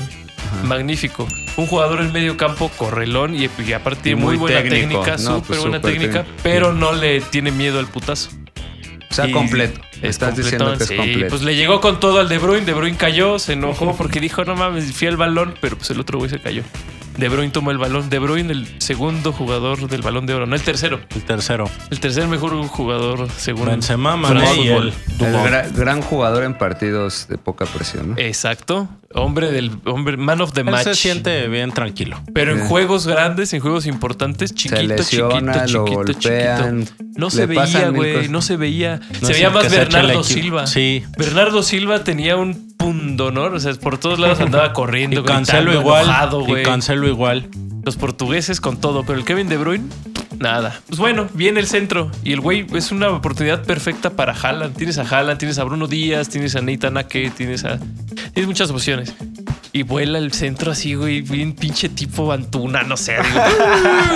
Speaker 1: Magnífico. Un jugador en medio campo correlón y, y aparte
Speaker 2: Y
Speaker 1: muy,
Speaker 2: muy
Speaker 1: buena
Speaker 2: técnico.
Speaker 1: técnica,
Speaker 2: No,
Speaker 1: súper
Speaker 2: pues,
Speaker 1: buena
Speaker 2: súper
Speaker 1: técnica,
Speaker 2: técnico.
Speaker 1: pero no le tiene miedo al putazo.
Speaker 2: O sea,
Speaker 1: Y
Speaker 2: completo.
Speaker 1: es
Speaker 2: Estás
Speaker 1: completón,
Speaker 2: diciendo que es
Speaker 1: sí,
Speaker 2: completo.
Speaker 1: Pues le llegó con todo al De Bruyne. De Bruyne cayó, se enojó porque dijo, no mames, fui al balón, pero pues el otro güey se cayó. De Bruyne tomó el balón. De Bruyne, el segundo jugador del balón de oro, no el tercero.
Speaker 3: El tercero.
Speaker 1: El tercer mejor jugador según
Speaker 3: Benzema,
Speaker 1: Francia.
Speaker 3: Mané y el
Speaker 2: El
Speaker 3: Dumont.
Speaker 2: gra- gran jugador en partidos de poca presión, ¿no?
Speaker 1: Eh, Exacto. Hombre del hombre, man of the
Speaker 3: Él
Speaker 1: match.
Speaker 3: se siente bien tranquilo.
Speaker 1: Pero en
Speaker 2: Eh.
Speaker 1: juegos grandes, en juegos importantes, chiquito,
Speaker 2: se lesiona,
Speaker 1: chiquito,
Speaker 2: lo
Speaker 1: chiquito,
Speaker 2: golpean.
Speaker 1: chiquito. No
Speaker 2: le
Speaker 1: se veía,
Speaker 2: pasan mil
Speaker 1: güey.
Speaker 2: cosas.
Speaker 1: No se veía.
Speaker 3: No
Speaker 1: se
Speaker 3: es
Speaker 1: veía
Speaker 3: el
Speaker 1: más
Speaker 3: que se echa el
Speaker 1: Bernardo
Speaker 3: equipo.
Speaker 1: Silva.
Speaker 3: Sí.
Speaker 1: Bernardo Silva tenía un pundonor. O sea, por todos lados
Speaker 2: (laughs)
Speaker 1: andaba corriendo.
Speaker 3: Y cancelo
Speaker 1: gritando,
Speaker 3: igual.
Speaker 1: enojado,
Speaker 3: y
Speaker 1: güey.
Speaker 3: cancelo igual.
Speaker 1: Los portugueses con todo. Pero el Kevin De Bruyne, nada. Pues bueno, viene el centro. Y el güey es una oportunidad perfecta para Haaland. Tienes a Haaland, tienes a Bruno Díaz, tienes a Nathan Ake, tienes a. Tienes muchas opciones. Y vuela el centro así, güey, bien pinche tipo Antuna, no sé. digo,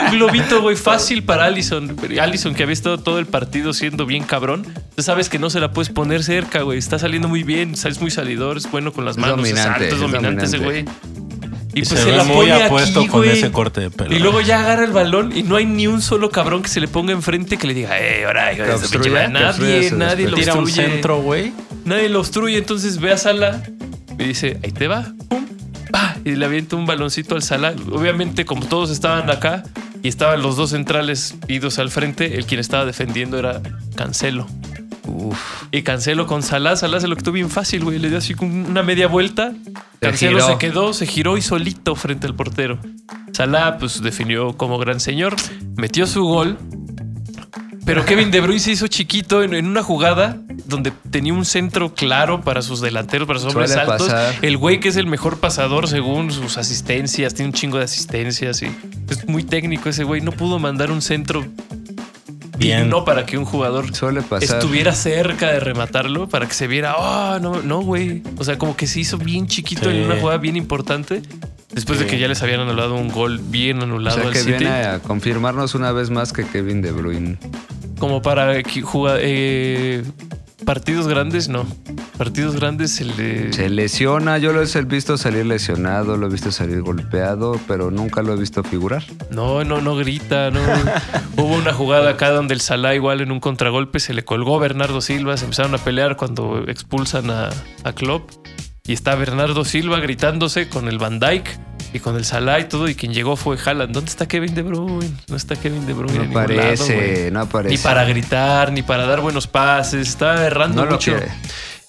Speaker 1: un globito, güey, fácil para Allison. Allison, que había estado todo el partido siendo bien cabrón. Tú sabes que no se la puedes poner cerca, güey. Está saliendo muy bien, es muy salidor, es bueno con las
Speaker 2: Es
Speaker 1: manos, es
Speaker 2: dominante,
Speaker 1: alto, es
Speaker 2: es
Speaker 1: dominante ese güey.
Speaker 2: dominante.
Speaker 1: Y,
Speaker 3: Y
Speaker 1: pues
Speaker 3: se
Speaker 1: se,
Speaker 3: ve
Speaker 1: la
Speaker 3: muy
Speaker 1: pone
Speaker 3: apuesto
Speaker 1: aquí,
Speaker 3: con
Speaker 1: güey.
Speaker 3: ese corte de pelo.
Speaker 1: Y luego ya agarra el balón y no hay ni un solo cabrón que se le ponga enfrente que le diga, eh, ahora, hijo de
Speaker 2: Te
Speaker 1: su pinche
Speaker 2: obstruye,
Speaker 1: madre".
Speaker 2: te obstruye,
Speaker 1: nadie,
Speaker 2: se
Speaker 1: nadie lo
Speaker 3: tira un
Speaker 1: obstruye.
Speaker 3: centro, güey.
Speaker 1: Nadie lo obstruye, entonces ve a Sala y dice, ahí te va, pum, pa, y le avienta un baloncito al Sala. Obviamente, como todos estaban acá y estaban los dos centrales idos al frente, el quien estaba defendiendo era Cancelo.
Speaker 2: Uf,
Speaker 1: Y Cancelo con Salah. Salah se lo que bien fácil, güey. Le dio así con una media vuelta.
Speaker 2: Se
Speaker 1: Cancelo
Speaker 2: giró.
Speaker 1: se quedó, se giró y solito frente al portero. Salah, pues, definió como gran señor. Metió su gol. Pero Kevin De Bruyne se hizo chiquito en, en una jugada donde tenía un centro claro para sus delanteros, para sus hombres
Speaker 2: Suele
Speaker 1: altos.
Speaker 2: pasar.
Speaker 1: El güey que es el mejor pasador según sus asistencias, tiene un chingo de asistencias y es muy técnico ese güey. No pudo mandar un centro
Speaker 3: Bien.
Speaker 1: digno para que un jugador
Speaker 2: suele pasar.
Speaker 1: estuviera cerca de rematarlo para que se viera, oh, no, no, güey. O sea, como que se hizo bien chiquito
Speaker 3: Sí.
Speaker 1: en una jugada bien importante. Después de que ya les habían anulado un gol bien
Speaker 2: o
Speaker 1: anulado
Speaker 2: sea
Speaker 1: al
Speaker 2: que
Speaker 1: City.
Speaker 2: viene a confirmarnos una vez más que Kevin De Bruyne.
Speaker 1: Como para que juga- eh, partidos grandes, no. Partidos grandes se le.
Speaker 2: Se lesiona, yo lo he visto salir lesionado, lo he visto salir golpeado, pero nunca lo he visto figurar.
Speaker 1: No, no, no grita, no. (laughs) Hubo una jugada acá donde el Salah igual en un contragolpe se le colgó Bernardo Silva, se empezaron a pelear cuando expulsan a, a Klopp y está Bernardo Silva gritándose con el Van Dijk y con el Salah y todo y quien llegó fue Haaland. ¿Dónde está Kevin De Bruyne? No está Kevin De Bruyne. en
Speaker 2: No
Speaker 1: ningún lado, güey.
Speaker 2: parece, no
Speaker 1: ni
Speaker 2: aparece.
Speaker 1: para gritar, ni para dar buenos pases, está errando
Speaker 2: No lo
Speaker 1: mucho.
Speaker 2: quiere.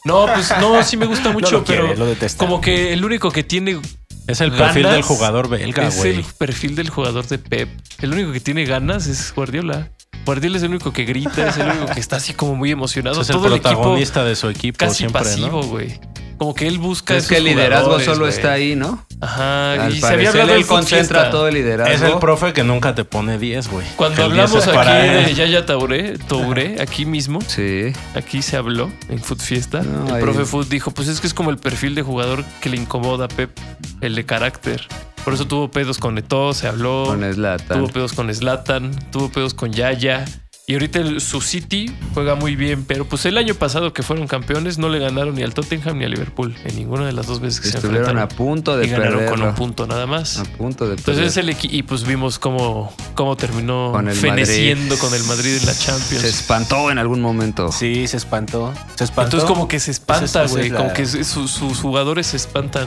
Speaker 1: No, pues no, sí me gusta mucho,
Speaker 6: lo quiere,
Speaker 1: pero
Speaker 6: lo detesta.
Speaker 1: como que el único que tiene
Speaker 3: Es el perfil
Speaker 1: ganas,
Speaker 3: del jugador belga,
Speaker 1: es
Speaker 3: güey.
Speaker 1: el perfil del jugador de Pep. El único que tiene ganas es Guardiola. Guardiola es el único que grita, es el único que está así como muy emocionado.
Speaker 3: Es el
Speaker 1: Todo el, equipo
Speaker 3: protagonista de su equipo
Speaker 1: casi
Speaker 3: siempre,
Speaker 1: pasivo, güey. Como que él busca.
Speaker 2: Es
Speaker 1: esos
Speaker 2: que el liderazgo
Speaker 1: jugadores,
Speaker 2: solo
Speaker 1: güey.
Speaker 2: está ahí, ¿no?
Speaker 1: Ajá.
Speaker 2: Al
Speaker 1: Y se había
Speaker 2: parecer
Speaker 1: hablado del
Speaker 2: él
Speaker 1: fut
Speaker 2: concentra
Speaker 1: fiesta.
Speaker 2: todo el
Speaker 3: ¿no?
Speaker 2: liderazgo.
Speaker 3: Es el profe que nunca te pone 10, güey.
Speaker 1: Cuando
Speaker 3: Que el 10
Speaker 1: hablamos
Speaker 3: es
Speaker 1: aquí
Speaker 3: para
Speaker 1: de
Speaker 3: él.
Speaker 1: Yaya Taure, Toure, aquí mismo,
Speaker 2: Sí.
Speaker 1: aquí se habló en Food Fiesta.
Speaker 2: No,
Speaker 1: el
Speaker 2: ahí-
Speaker 1: profe Food dijo: Pues es que es como el perfil de jugador que le incomoda a Pep, el de carácter. Por eso tuvo pedos con Eto, se habló.
Speaker 2: Con
Speaker 1: Tuvo
Speaker 2: Zlatan.
Speaker 1: pedos con Slatan, tuvo pedos con Yaya. Y ahorita el- su City juega muy bien, pero pues el año pasado que fueron campeones no le ganaron ni al Tottenham ni al Liverpool en ninguna de las dos veces que se
Speaker 2: Estuvieron a
Speaker 1: enfrentaron.
Speaker 2: punto de
Speaker 1: y ganaron
Speaker 2: perderlo.
Speaker 1: con un punto nada más.
Speaker 2: A punto de perder.
Speaker 1: Entonces es el equi- y pues vimos cómo, cómo terminó
Speaker 2: Con el
Speaker 1: feneciendo
Speaker 2: Madrid.
Speaker 1: con el Madrid en la
Speaker 2: Se
Speaker 1: Champions.
Speaker 2: espantó en algún momento.
Speaker 6: Sí, se espantó. Se espantó.
Speaker 1: Entonces como que se
Speaker 6: Esa
Speaker 2: Pues
Speaker 1: espanta,
Speaker 6: es- esa
Speaker 1: güey,
Speaker 6: es la-
Speaker 1: como que su- sus, jugadores se espantan.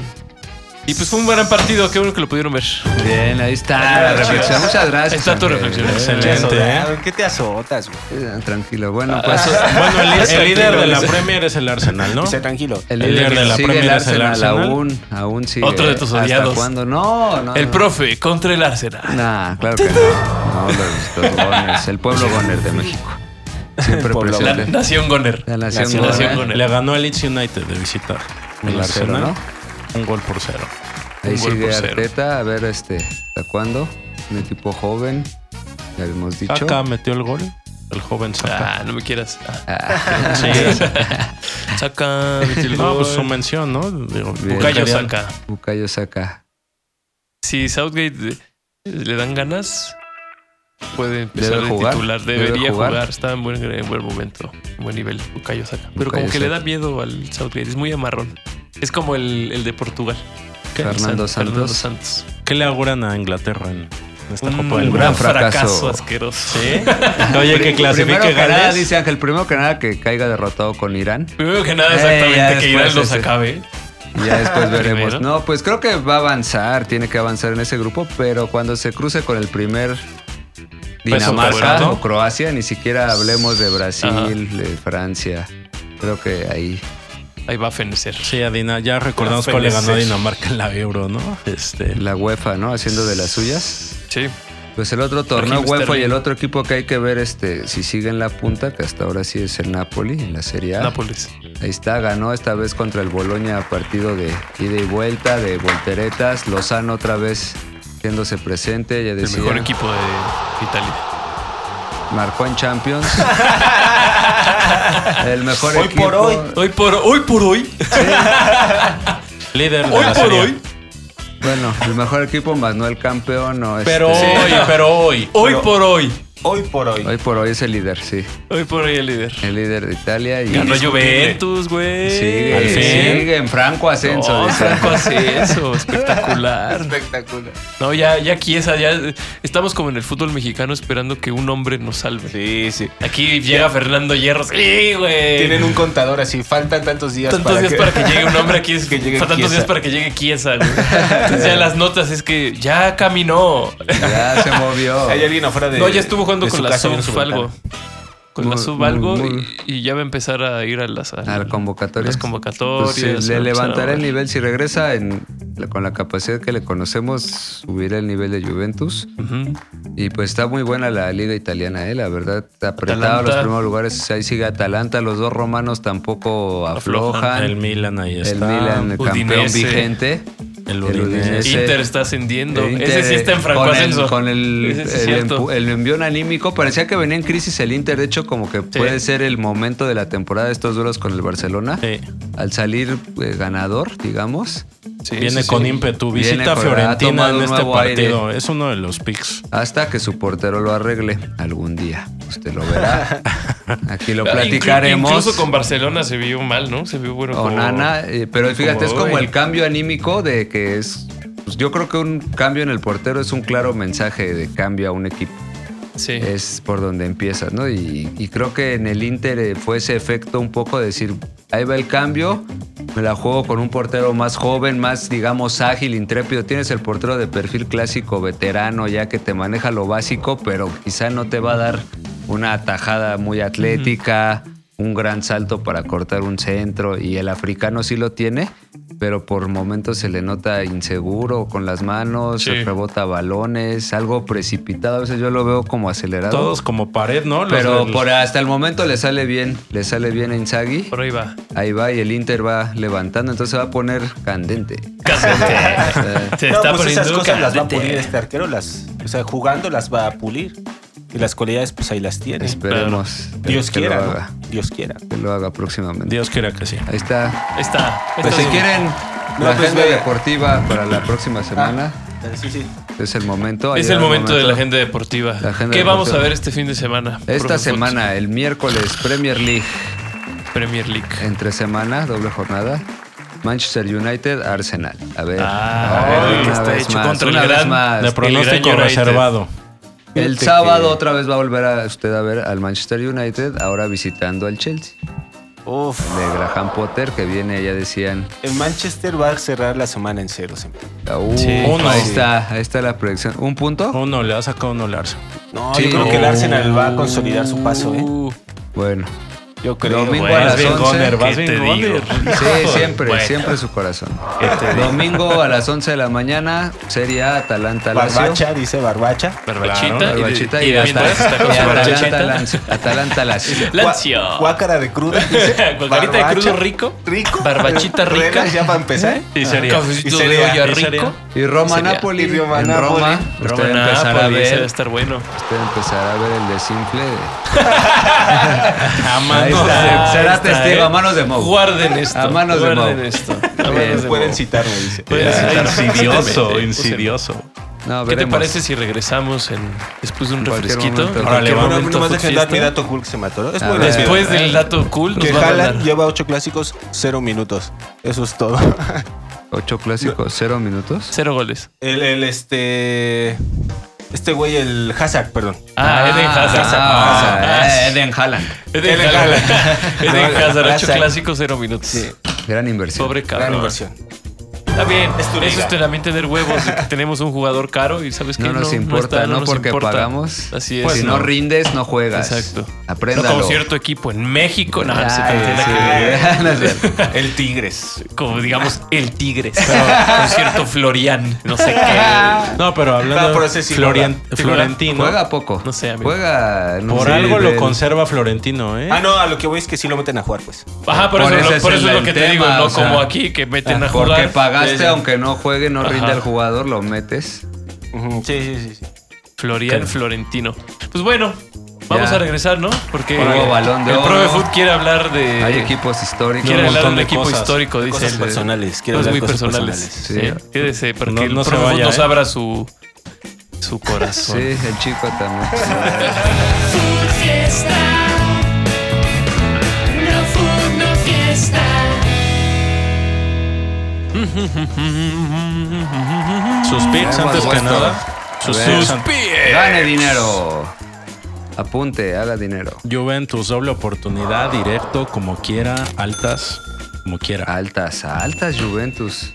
Speaker 1: Y pues fue un gran partido, qué bueno que lo pudieron ver.
Speaker 2: Bien, ahí está la reflexión. Muchas gracias.
Speaker 1: Está tu
Speaker 2: Andrés.
Speaker 1: reflexión,
Speaker 6: ¿Qué,
Speaker 3: excelente.
Speaker 1: eh?
Speaker 6: azotaron? ¿Qué te azotas, güey?
Speaker 2: Eh, Tranquilo. Bueno, pues
Speaker 1: Ah, (laughs)
Speaker 3: Bueno, el, el líder de la
Speaker 1: Tranquilo.
Speaker 3: Premier es el Arsenal, ¿no?
Speaker 6: Sé tranquilo.
Speaker 2: el
Speaker 3: el
Speaker 2: líder
Speaker 3: líder de la
Speaker 2: sigue el
Speaker 3: Premier es el
Speaker 2: Arsenal,
Speaker 3: Arsenal.
Speaker 2: aún, aún sigue.
Speaker 1: Otro de tus odiados.
Speaker 2: ¿Hasta cuándo? No, no.
Speaker 1: ah, El
Speaker 2: no.
Speaker 1: profe contra el Arsenal.
Speaker 2: Nah,
Speaker 1: (laughs)
Speaker 2: claro que no. No, los, los Gunners, el pueblo goner de México. Siempre
Speaker 6: pueblo
Speaker 1: La
Speaker 2: presente.
Speaker 1: Nación Goner.
Speaker 2: La nación,
Speaker 6: Nación
Speaker 2: goner.
Speaker 1: Goner.
Speaker 3: eh. Le ganó al Leeds United de visitar. El
Speaker 2: Uno a cero,
Speaker 3: Arsenal.
Speaker 2: ¿no?
Speaker 3: Un gol por cero.
Speaker 2: Ahí
Speaker 1: Un gol
Speaker 2: sigue
Speaker 1: por cero.
Speaker 2: Arteta, a ver este, ¿hasta cuándo? Un equipo joven, ya habíamos dicho.
Speaker 3: Saka metió el gol. El joven Saka.
Speaker 1: Ah, no me quieras. Ah,
Speaker 2: Ah,
Speaker 3: Sí.
Speaker 2: (laughs)
Speaker 1: Saca. mete el
Speaker 3: No,
Speaker 1: gol.
Speaker 3: pues su mención, ¿no? Digo,
Speaker 2: Bien.
Speaker 1: Bukayo
Speaker 3: Bucayo Saka.
Speaker 1: saca.
Speaker 2: Bukayo Saka.
Speaker 1: Si Southgate eh, le dan ganas, puede empezar
Speaker 2: Debe
Speaker 1: de
Speaker 2: jugar,
Speaker 1: titular.
Speaker 2: debe
Speaker 1: Debería
Speaker 2: jugar.
Speaker 1: jugar. Está en buen, en buen momento. en Buen nivel. Bukayo saca. Pero
Speaker 2: Bukayo
Speaker 1: como que le
Speaker 2: Saka.
Speaker 1: da miedo al Southgate. Es muy amarrón. Es como el, el de Portugal.
Speaker 3: ¿Qué?
Speaker 2: Fernando
Speaker 1: San- Fernando
Speaker 2: Santos.
Speaker 1: Santos.
Speaker 3: ¿Qué le auguran a Inglaterra en en esta
Speaker 1: Un,
Speaker 3: Copa del
Speaker 1: gran
Speaker 3: Mundo?
Speaker 1: fracaso.
Speaker 2: fracaso.
Speaker 1: asqueroso. (laughs)
Speaker 2: (laughs)
Speaker 3: ¿Sí? Oye, que
Speaker 2: Pri-
Speaker 3: clasifique
Speaker 2: primero que nada,
Speaker 3: Gales.
Speaker 2: dice Ángel, primero que nada que caiga derrotado con Irán.
Speaker 1: Primero que nada,
Speaker 2: Eh, ya
Speaker 1: exactamente, que
Speaker 2: después
Speaker 1: Irán los
Speaker 2: ese.
Speaker 1: acabe.
Speaker 2: Y ya
Speaker 1: (laughs)
Speaker 2: después veremos.
Speaker 1: Primero.
Speaker 2: No, pues creo que va a avanzar, tiene que avanzar en ese grupo, pero cuando se cruce con el primer Dinamarca
Speaker 1: pesado.
Speaker 2: o Croacia, ni siquiera hablemos de Brasil, de Francia. Creo que ahí.
Speaker 1: Ahí va a fenecer.
Speaker 3: Sí, a Dina- ya recordamos cuál le ganó a Dinamarca en la Euro, ¿no? Este,
Speaker 2: La UEFA, ¿no? Haciendo de las suyas.
Speaker 1: Sí.
Speaker 2: Pues el otro torneo
Speaker 1: Raheem
Speaker 2: UEFA y el
Speaker 1: Sterling.
Speaker 2: otro equipo que hay que ver este, si sigue en la punta, que hasta ahora sí es el Napoli, en la Serie A.
Speaker 1: Nápoles.
Speaker 2: Ahí está, ganó esta vez contra el Boloña partido de ida y vuelta, de volteretas. Lozano otra vez siéndose presente, ya
Speaker 1: El
Speaker 2: decía,
Speaker 1: mejor equipo de Italia.
Speaker 2: marcó en
Speaker 6: (laughs)
Speaker 2: Champions. el mejor
Speaker 6: Hoy
Speaker 2: equipo.
Speaker 6: por hoy.
Speaker 1: Hoy por hoy, por hoy,
Speaker 3: líder de
Speaker 1: hoy
Speaker 3: la
Speaker 1: por
Speaker 3: serie.
Speaker 1: hoy,
Speaker 2: Bueno, el mejor equipo más no el campeón. No, este,
Speaker 3: Pero hoy, pero hoy.
Speaker 1: (laughs) hoy
Speaker 6: Pero-
Speaker 1: por hoy,
Speaker 6: Hoy por hoy.
Speaker 2: hoy por hoy es el líder, sí.
Speaker 1: hoy por hoy el líder.
Speaker 2: El líder de Italia y
Speaker 1: Ganó
Speaker 3: Indiscutible.
Speaker 1: Juventus, güey.
Speaker 2: sigue,
Speaker 3: Al fin.
Speaker 2: sigue en franco ascenso.
Speaker 1: No,
Speaker 2: dice.
Speaker 1: Franco hace eso, espectacular.
Speaker 2: Espectacular.
Speaker 1: No, ya, ya aquí esa, ya estamos como en el fútbol mexicano esperando que un hombre nos salve.
Speaker 6: Sí, sí.
Speaker 1: Aquí llega Fernando Hierro. Sí, güey.
Speaker 6: Eh, Tienen un contador así. Faltan tantos días
Speaker 1: Tantos días para que llegue un
Speaker 6: (laughs)
Speaker 1: hombre aquí.
Speaker 6: que llegue
Speaker 1: tantos días
Speaker 6: Chiesa.
Speaker 1: para que llegue Kiesa,
Speaker 6: (laughs)
Speaker 1: güey. Entonces ya las notas es que ya caminó.
Speaker 2: Ya
Speaker 1: (laughs)
Speaker 2: se movió.
Speaker 6: Hay alguien afuera de.
Speaker 1: no, ya estuvo jugando
Speaker 6: de
Speaker 1: con
Speaker 6: su
Speaker 1: la
Speaker 6: casa viendo su
Speaker 1: sub algo.
Speaker 6: ventana.
Speaker 1: Con la
Speaker 2: Muy-
Speaker 1: sub
Speaker 2: muy-
Speaker 1: algo
Speaker 2: muy-
Speaker 1: y, y ya va a empezar a ir a las, a
Speaker 2: A la convocatoria.
Speaker 1: las convocatorias.
Speaker 2: Pues, eh,
Speaker 1: va a
Speaker 2: le
Speaker 1: empezar a
Speaker 2: levantará el
Speaker 1: mover.
Speaker 2: nivel. Si regresa en- con la capacidad que le conocemos, subirá el nivel de Juventus.
Speaker 1: Ujú.
Speaker 2: Y pues está muy buena la liga italiana, ¿eh? la verdad. Está apretado
Speaker 1: Atalanta.
Speaker 2: los primeros lugares. Ahí sigue Atalanta. Los dos romanos tampoco
Speaker 1: Aflojan.
Speaker 2: aflojan.
Speaker 3: El Milan ahí
Speaker 2: El
Speaker 3: está.
Speaker 2: Milan, el campeón
Speaker 1: Udinese.
Speaker 2: vigente.
Speaker 3: El
Speaker 2: El Udinese.
Speaker 3: Udinese.
Speaker 2: Ese-
Speaker 1: Inter está ascendiendo.
Speaker 2: El Inter,
Speaker 1: Ese sí está en franco
Speaker 2: con el-
Speaker 1: ascenso.
Speaker 2: Con el,
Speaker 1: Ese sí es
Speaker 2: el
Speaker 1: cierto.
Speaker 2: empu- eh, el envión anímico. Parecía que venía en crisis el Inter. De hecho, como que puede ser el momento de la temporada de estos duelos con el Barcelona.
Speaker 3: Sí.
Speaker 2: Al salir eh, ganador, digamos.
Speaker 1: Sí,
Speaker 3: Viene
Speaker 1: sí,
Speaker 3: con
Speaker 1: sí.
Speaker 3: ímpetu.
Speaker 2: Viene
Speaker 3: Visita a
Speaker 2: con- ha
Speaker 3: Fiorentina
Speaker 2: tomado
Speaker 3: en
Speaker 2: un
Speaker 3: este
Speaker 2: nuevo
Speaker 3: partido. Es uno de los picks.
Speaker 2: hasta que su portero lo arregle algún día. Usted lo
Speaker 1: (laughs)
Speaker 2: verá. Aquí lo
Speaker 1: Ah, Inclu-
Speaker 2: platicaremos.
Speaker 1: Incluso con Barcelona se vio mal, ¿no? Se vio bueno. como-
Speaker 2: Onana, eh, pero fíjate, es
Speaker 1: como
Speaker 2: como
Speaker 1: hoy.
Speaker 2: el cambio anímico de que es. pues, yo creo que un cambio en el portero es un claro mensaje de cambio a un equipo.
Speaker 1: Sí.
Speaker 2: Es por donde empiezas, ¿no? Y, y creo que en el Inter eh, fue ese efecto un poco de decir, ahí va el cambio, me la juego con un portero más joven, más, digamos, ágil, intrépido. Tienes el portero de perfil clásico, veterano, ya que te maneja lo básico, pero quizá no te va a dar una atajada muy atlética, un gran salto para cortar un centro, y el africano sí lo tiene. Pero por momentos se le nota inseguro con las manos,
Speaker 1: Sí.
Speaker 2: rebota balones, algo precipitado. A veces yo lo veo como acelerado.
Speaker 3: Todos como pared, ¿no? Los
Speaker 2: pero
Speaker 3: del-
Speaker 2: por hasta el momento le sale bien, le sale bien a Inzaghi.
Speaker 1: Por ahí va.
Speaker 2: Ahí va y el Inter va levantando, entonces se va a poner candente. (laughs) Eh,
Speaker 1: (laughs) Se
Speaker 6: No,
Speaker 1: está
Speaker 6: pues esas
Speaker 1: poniendo
Speaker 6: cosas las va a
Speaker 1: candente.
Speaker 6: pulir este arquero. Las, o sea, jugando las va a pulir. Y las cualidades, pues ahí las tiene.
Speaker 2: Esperemos.
Speaker 6: Dios
Speaker 2: que
Speaker 6: quiera,
Speaker 2: Lo
Speaker 6: ¿no?
Speaker 2: haga,
Speaker 6: Dios quiera.
Speaker 2: que lo haga próximamente.
Speaker 3: Dios quiera que sí.
Speaker 2: Ahí está.
Speaker 1: Ahí Está. Ahí
Speaker 2: Pues
Speaker 1: está
Speaker 2: si
Speaker 1: su-
Speaker 2: quieren
Speaker 6: No,
Speaker 2: la
Speaker 6: pues, Ah.
Speaker 2: agenda
Speaker 6: ve.
Speaker 2: deportiva para la próxima semana.
Speaker 6: Sí, sí.
Speaker 2: Es el momento.
Speaker 1: Es el
Speaker 2: ha llegado
Speaker 1: momento de la agenda deportiva.
Speaker 2: La agenda
Speaker 1: ¿Qué vamos
Speaker 2: deportiva.
Speaker 1: a ver este fin de semana?
Speaker 2: Esta
Speaker 1: profesor
Speaker 2: semana, el miércoles, Premier League,
Speaker 1: Fox? Premier League.
Speaker 2: entre semana, doble jornada. Manchester United, Arsenal. A ver.
Speaker 1: Ah,
Speaker 2: a ver,
Speaker 1: el que
Speaker 2: una
Speaker 1: está
Speaker 2: vez
Speaker 1: hecho
Speaker 2: más,
Speaker 1: contra el
Speaker 2: una vez
Speaker 1: gran-
Speaker 2: más.
Speaker 3: De pronóstico
Speaker 1: United.
Speaker 3: reservado.
Speaker 2: El
Speaker 6: Fíjate
Speaker 2: sábado
Speaker 6: que-
Speaker 2: otra vez va a volver a usted a ver al Manchester United, ahora visitando al Chelsea.
Speaker 6: Uf.
Speaker 2: De Graham Potter, que viene, ya decían.
Speaker 6: El Manchester va a cerrar la semana en cero. siempre.
Speaker 2: "Uh,
Speaker 1: Sí.
Speaker 3: Uno.
Speaker 2: Ahí está, ahí está la proyección. ¿Un punto?
Speaker 3: Uno le ha sacado uno al Arsenal.
Speaker 6: No,
Speaker 2: Sí.
Speaker 6: yo creo que el Arsenal va a consolidar su paso, ¿eh?
Speaker 1: Uh,
Speaker 2: Bueno.
Speaker 6: Yo creo.
Speaker 2: Domingo
Speaker 1: bueno,
Speaker 2: a las
Speaker 1: es bien
Speaker 2: 11.
Speaker 1: goner, vas
Speaker 3: ¿Qué
Speaker 1: bien
Speaker 3: te
Speaker 1: goner.
Speaker 3: digo?
Speaker 1: (laughs)
Speaker 2: Sí, siempre,
Speaker 1: Bueno,
Speaker 2: siempre su corazón.
Speaker 1: ¿qué
Speaker 6: Este,
Speaker 1: te digo?
Speaker 2: Domingo a las 11 de la mañana, Serie A, Atalanta, Lazio.
Speaker 6: Barbacha, dice Barbacha.
Speaker 1: Barbachita
Speaker 3: Claro,
Speaker 1: y,
Speaker 2: Barbachita
Speaker 1: y
Speaker 2: y, Atalanta-
Speaker 1: mientras está con
Speaker 2: y
Speaker 1: su
Speaker 2: Atalanta,
Speaker 1: barbachita.
Speaker 2: Lazio. Atalanta, Lazio.
Speaker 6: Gua-
Speaker 1: Lazio.
Speaker 6: Guácara de crudo. dice.
Speaker 1: (laughs) Guacarita de
Speaker 6: Barbacha.
Speaker 1: crudo rico.
Speaker 6: Rico.
Speaker 1: Barbachita rica.
Speaker 6: Relax, Ya para empezar.
Speaker 1: (laughs) Y sería.
Speaker 6: Y
Speaker 1: Cafecito de
Speaker 6: sería-
Speaker 1: olla
Speaker 3: y sería-
Speaker 1: rico.
Speaker 2: Y Roma,
Speaker 1: Serie A.
Speaker 2: Napoli.
Speaker 6: Y Roma,
Speaker 2: en
Speaker 6: Napoli.
Speaker 2: Roma.
Speaker 1: Roma,
Speaker 2: Usted empezará a
Speaker 1: Napoli, ese va a
Speaker 2: ver,
Speaker 1: estar bueno.
Speaker 2: usted empezará a ver el desinfle. de-
Speaker 1: A
Speaker 2: Ahí
Speaker 1: manos
Speaker 2: está,
Speaker 1: de-
Speaker 2: será
Speaker 1: Ah, ahí está, eh.
Speaker 2: testigo, a manos de Mou.
Speaker 1: Guarden esto.
Speaker 2: A manos de
Speaker 1: guarden
Speaker 2: Mau. (laughs)
Speaker 1: esto. A manos
Speaker 2: Bien.
Speaker 1: de
Speaker 6: Pueden
Speaker 1: Mau.
Speaker 6: citarme, dice.
Speaker 1: Pueden citar.
Speaker 3: Insidioso,
Speaker 1: Úsenme.
Speaker 3: insidioso.
Speaker 2: No,
Speaker 1: ¿Qué te
Speaker 2: veremos.
Speaker 1: parece si regresamos en, después de un
Speaker 2: En cualquier
Speaker 1: refresquito? En
Speaker 2: momento.
Speaker 3: Órale, va.
Speaker 1: cualquier
Speaker 6: Bueno,
Speaker 1: momento
Speaker 6: nomás
Speaker 1: a
Speaker 6: dejen
Speaker 1: tu
Speaker 6: dar mi
Speaker 1: fiesta. Ah,
Speaker 6: dato cool que se me atoró. Es
Speaker 2: A
Speaker 6: muy
Speaker 2: ver.
Speaker 6: rápido.
Speaker 1: Después del dato cool nos
Speaker 6: Que
Speaker 1: va a
Speaker 6: Haaland
Speaker 1: dar.
Speaker 6: lleva ocho clásicos, cero minutos. Eso es todo. (laughs)
Speaker 2: Ocho clásicos, cero minutos.
Speaker 1: Cero goles.
Speaker 6: El, el, este. Este güey, el Hazard, perdón.
Speaker 1: Ah, Eden Hazard.
Speaker 2: Ah,
Speaker 1: Ah,
Speaker 2: eh, Eden Haaland.
Speaker 1: Eden
Speaker 6: Eden
Speaker 1: Hazard.
Speaker 6: Hazard.
Speaker 1: (laughs) Eden Hazard. Ocho
Speaker 6: Hazard.
Speaker 1: clásicos, cero minutos.
Speaker 2: Gran inversión.
Speaker 1: Pobre
Speaker 6: Gran
Speaker 2: pues.
Speaker 1: cabrón.
Speaker 6: inversión.
Speaker 1: Está bien.
Speaker 6: Es tu
Speaker 1: Eso
Speaker 6: liga.
Speaker 1: es también tener huevos. (laughs) de que tenemos un jugador caro y sabes que
Speaker 2: No
Speaker 1: no,
Speaker 2: nos importa,
Speaker 1: está,
Speaker 2: ¿no?
Speaker 1: nos
Speaker 2: Porque
Speaker 1: importa.
Speaker 2: pagamos. pues
Speaker 1: Así es.
Speaker 2: si no. rindes, no juegas.
Speaker 1: Exacto. No
Speaker 2: Apréndalo.
Speaker 1: como cierto equipo en México. No,
Speaker 2: Ay,
Speaker 1: se tiene
Speaker 2: sí.
Speaker 1: que ver.
Speaker 2: (laughs) No es cierto.
Speaker 6: El Tigres.
Speaker 1: Como digamos el Tigres. Con cierto Florian. No sé (laughs) qué.
Speaker 3: No, pero hablando
Speaker 6: No, pero
Speaker 3: de
Speaker 6: ese Ah, sí,
Speaker 3: Florian-
Speaker 1: ¿verdad?
Speaker 3: Florentino.
Speaker 2: Juega poco.
Speaker 1: No sé, amigo.
Speaker 2: Juega. no
Speaker 3: Por
Speaker 2: sé,
Speaker 3: algo lo
Speaker 2: del-
Speaker 3: conserva Florentino, ¿eh?
Speaker 6: Ah, no, a lo que voy es que sí lo meten a jugar, pues.
Speaker 1: Ajá, por,
Speaker 2: Por
Speaker 1: eso,
Speaker 2: ese
Speaker 1: lo- por
Speaker 2: es
Speaker 1: eso es
Speaker 2: el-
Speaker 1: lo que
Speaker 2: el
Speaker 1: te digo.
Speaker 2: tema,
Speaker 1: No
Speaker 2: o sea, ah,
Speaker 1: como aquí que meten a jugar.
Speaker 2: Porque pagaste,
Speaker 1: Desde-
Speaker 2: aunque no juegue, no
Speaker 1: Ajá.
Speaker 2: rinde el jugador, lo metes.
Speaker 6: Sí, sí, sí. sí.
Speaker 1: Florian
Speaker 2: Ok.
Speaker 1: Florentino. Pues bueno, vamos
Speaker 2: Ya.
Speaker 1: a regresar, ¿no? Porque
Speaker 2: Nuevo balón de
Speaker 1: el
Speaker 2: oro.
Speaker 1: Pro de Food quiere hablar de.
Speaker 2: Hay equipos históricos.
Speaker 1: Quiere
Speaker 3: un
Speaker 1: hablar de
Speaker 3: montón
Speaker 1: un
Speaker 3: de
Speaker 1: equipo
Speaker 3: cosas.
Speaker 1: histórico, dice
Speaker 6: Cosas
Speaker 1: él.
Speaker 6: personales. Quiero
Speaker 1: Cosas
Speaker 6: hablar
Speaker 1: Pues muy
Speaker 6: cosas
Speaker 1: personales.
Speaker 6: personales.
Speaker 1: Sí.
Speaker 2: Sí.
Speaker 1: Quédese, porque
Speaker 3: No-
Speaker 1: el Pro
Speaker 3: no se
Speaker 1: de Food
Speaker 3: vaya,
Speaker 1: nos
Speaker 3: ¿eh?
Speaker 1: abra su, su corazón.
Speaker 2: Sí, el chico también.
Speaker 4: Food Fiesta. No Food No Fiesta.
Speaker 3: Sus
Speaker 2: Hemos
Speaker 3: picks
Speaker 6: Ah,
Speaker 3: antes que
Speaker 2: puesto-
Speaker 3: nada. Sus
Speaker 2: A ver.
Speaker 3: picks antes-
Speaker 2: Gane dinero. Apunte, haga dinero.
Speaker 3: Juventus, doble oportunidad, directo, como quiera, altas, como quiera. Ah,
Speaker 2: Altas, altas Juventus.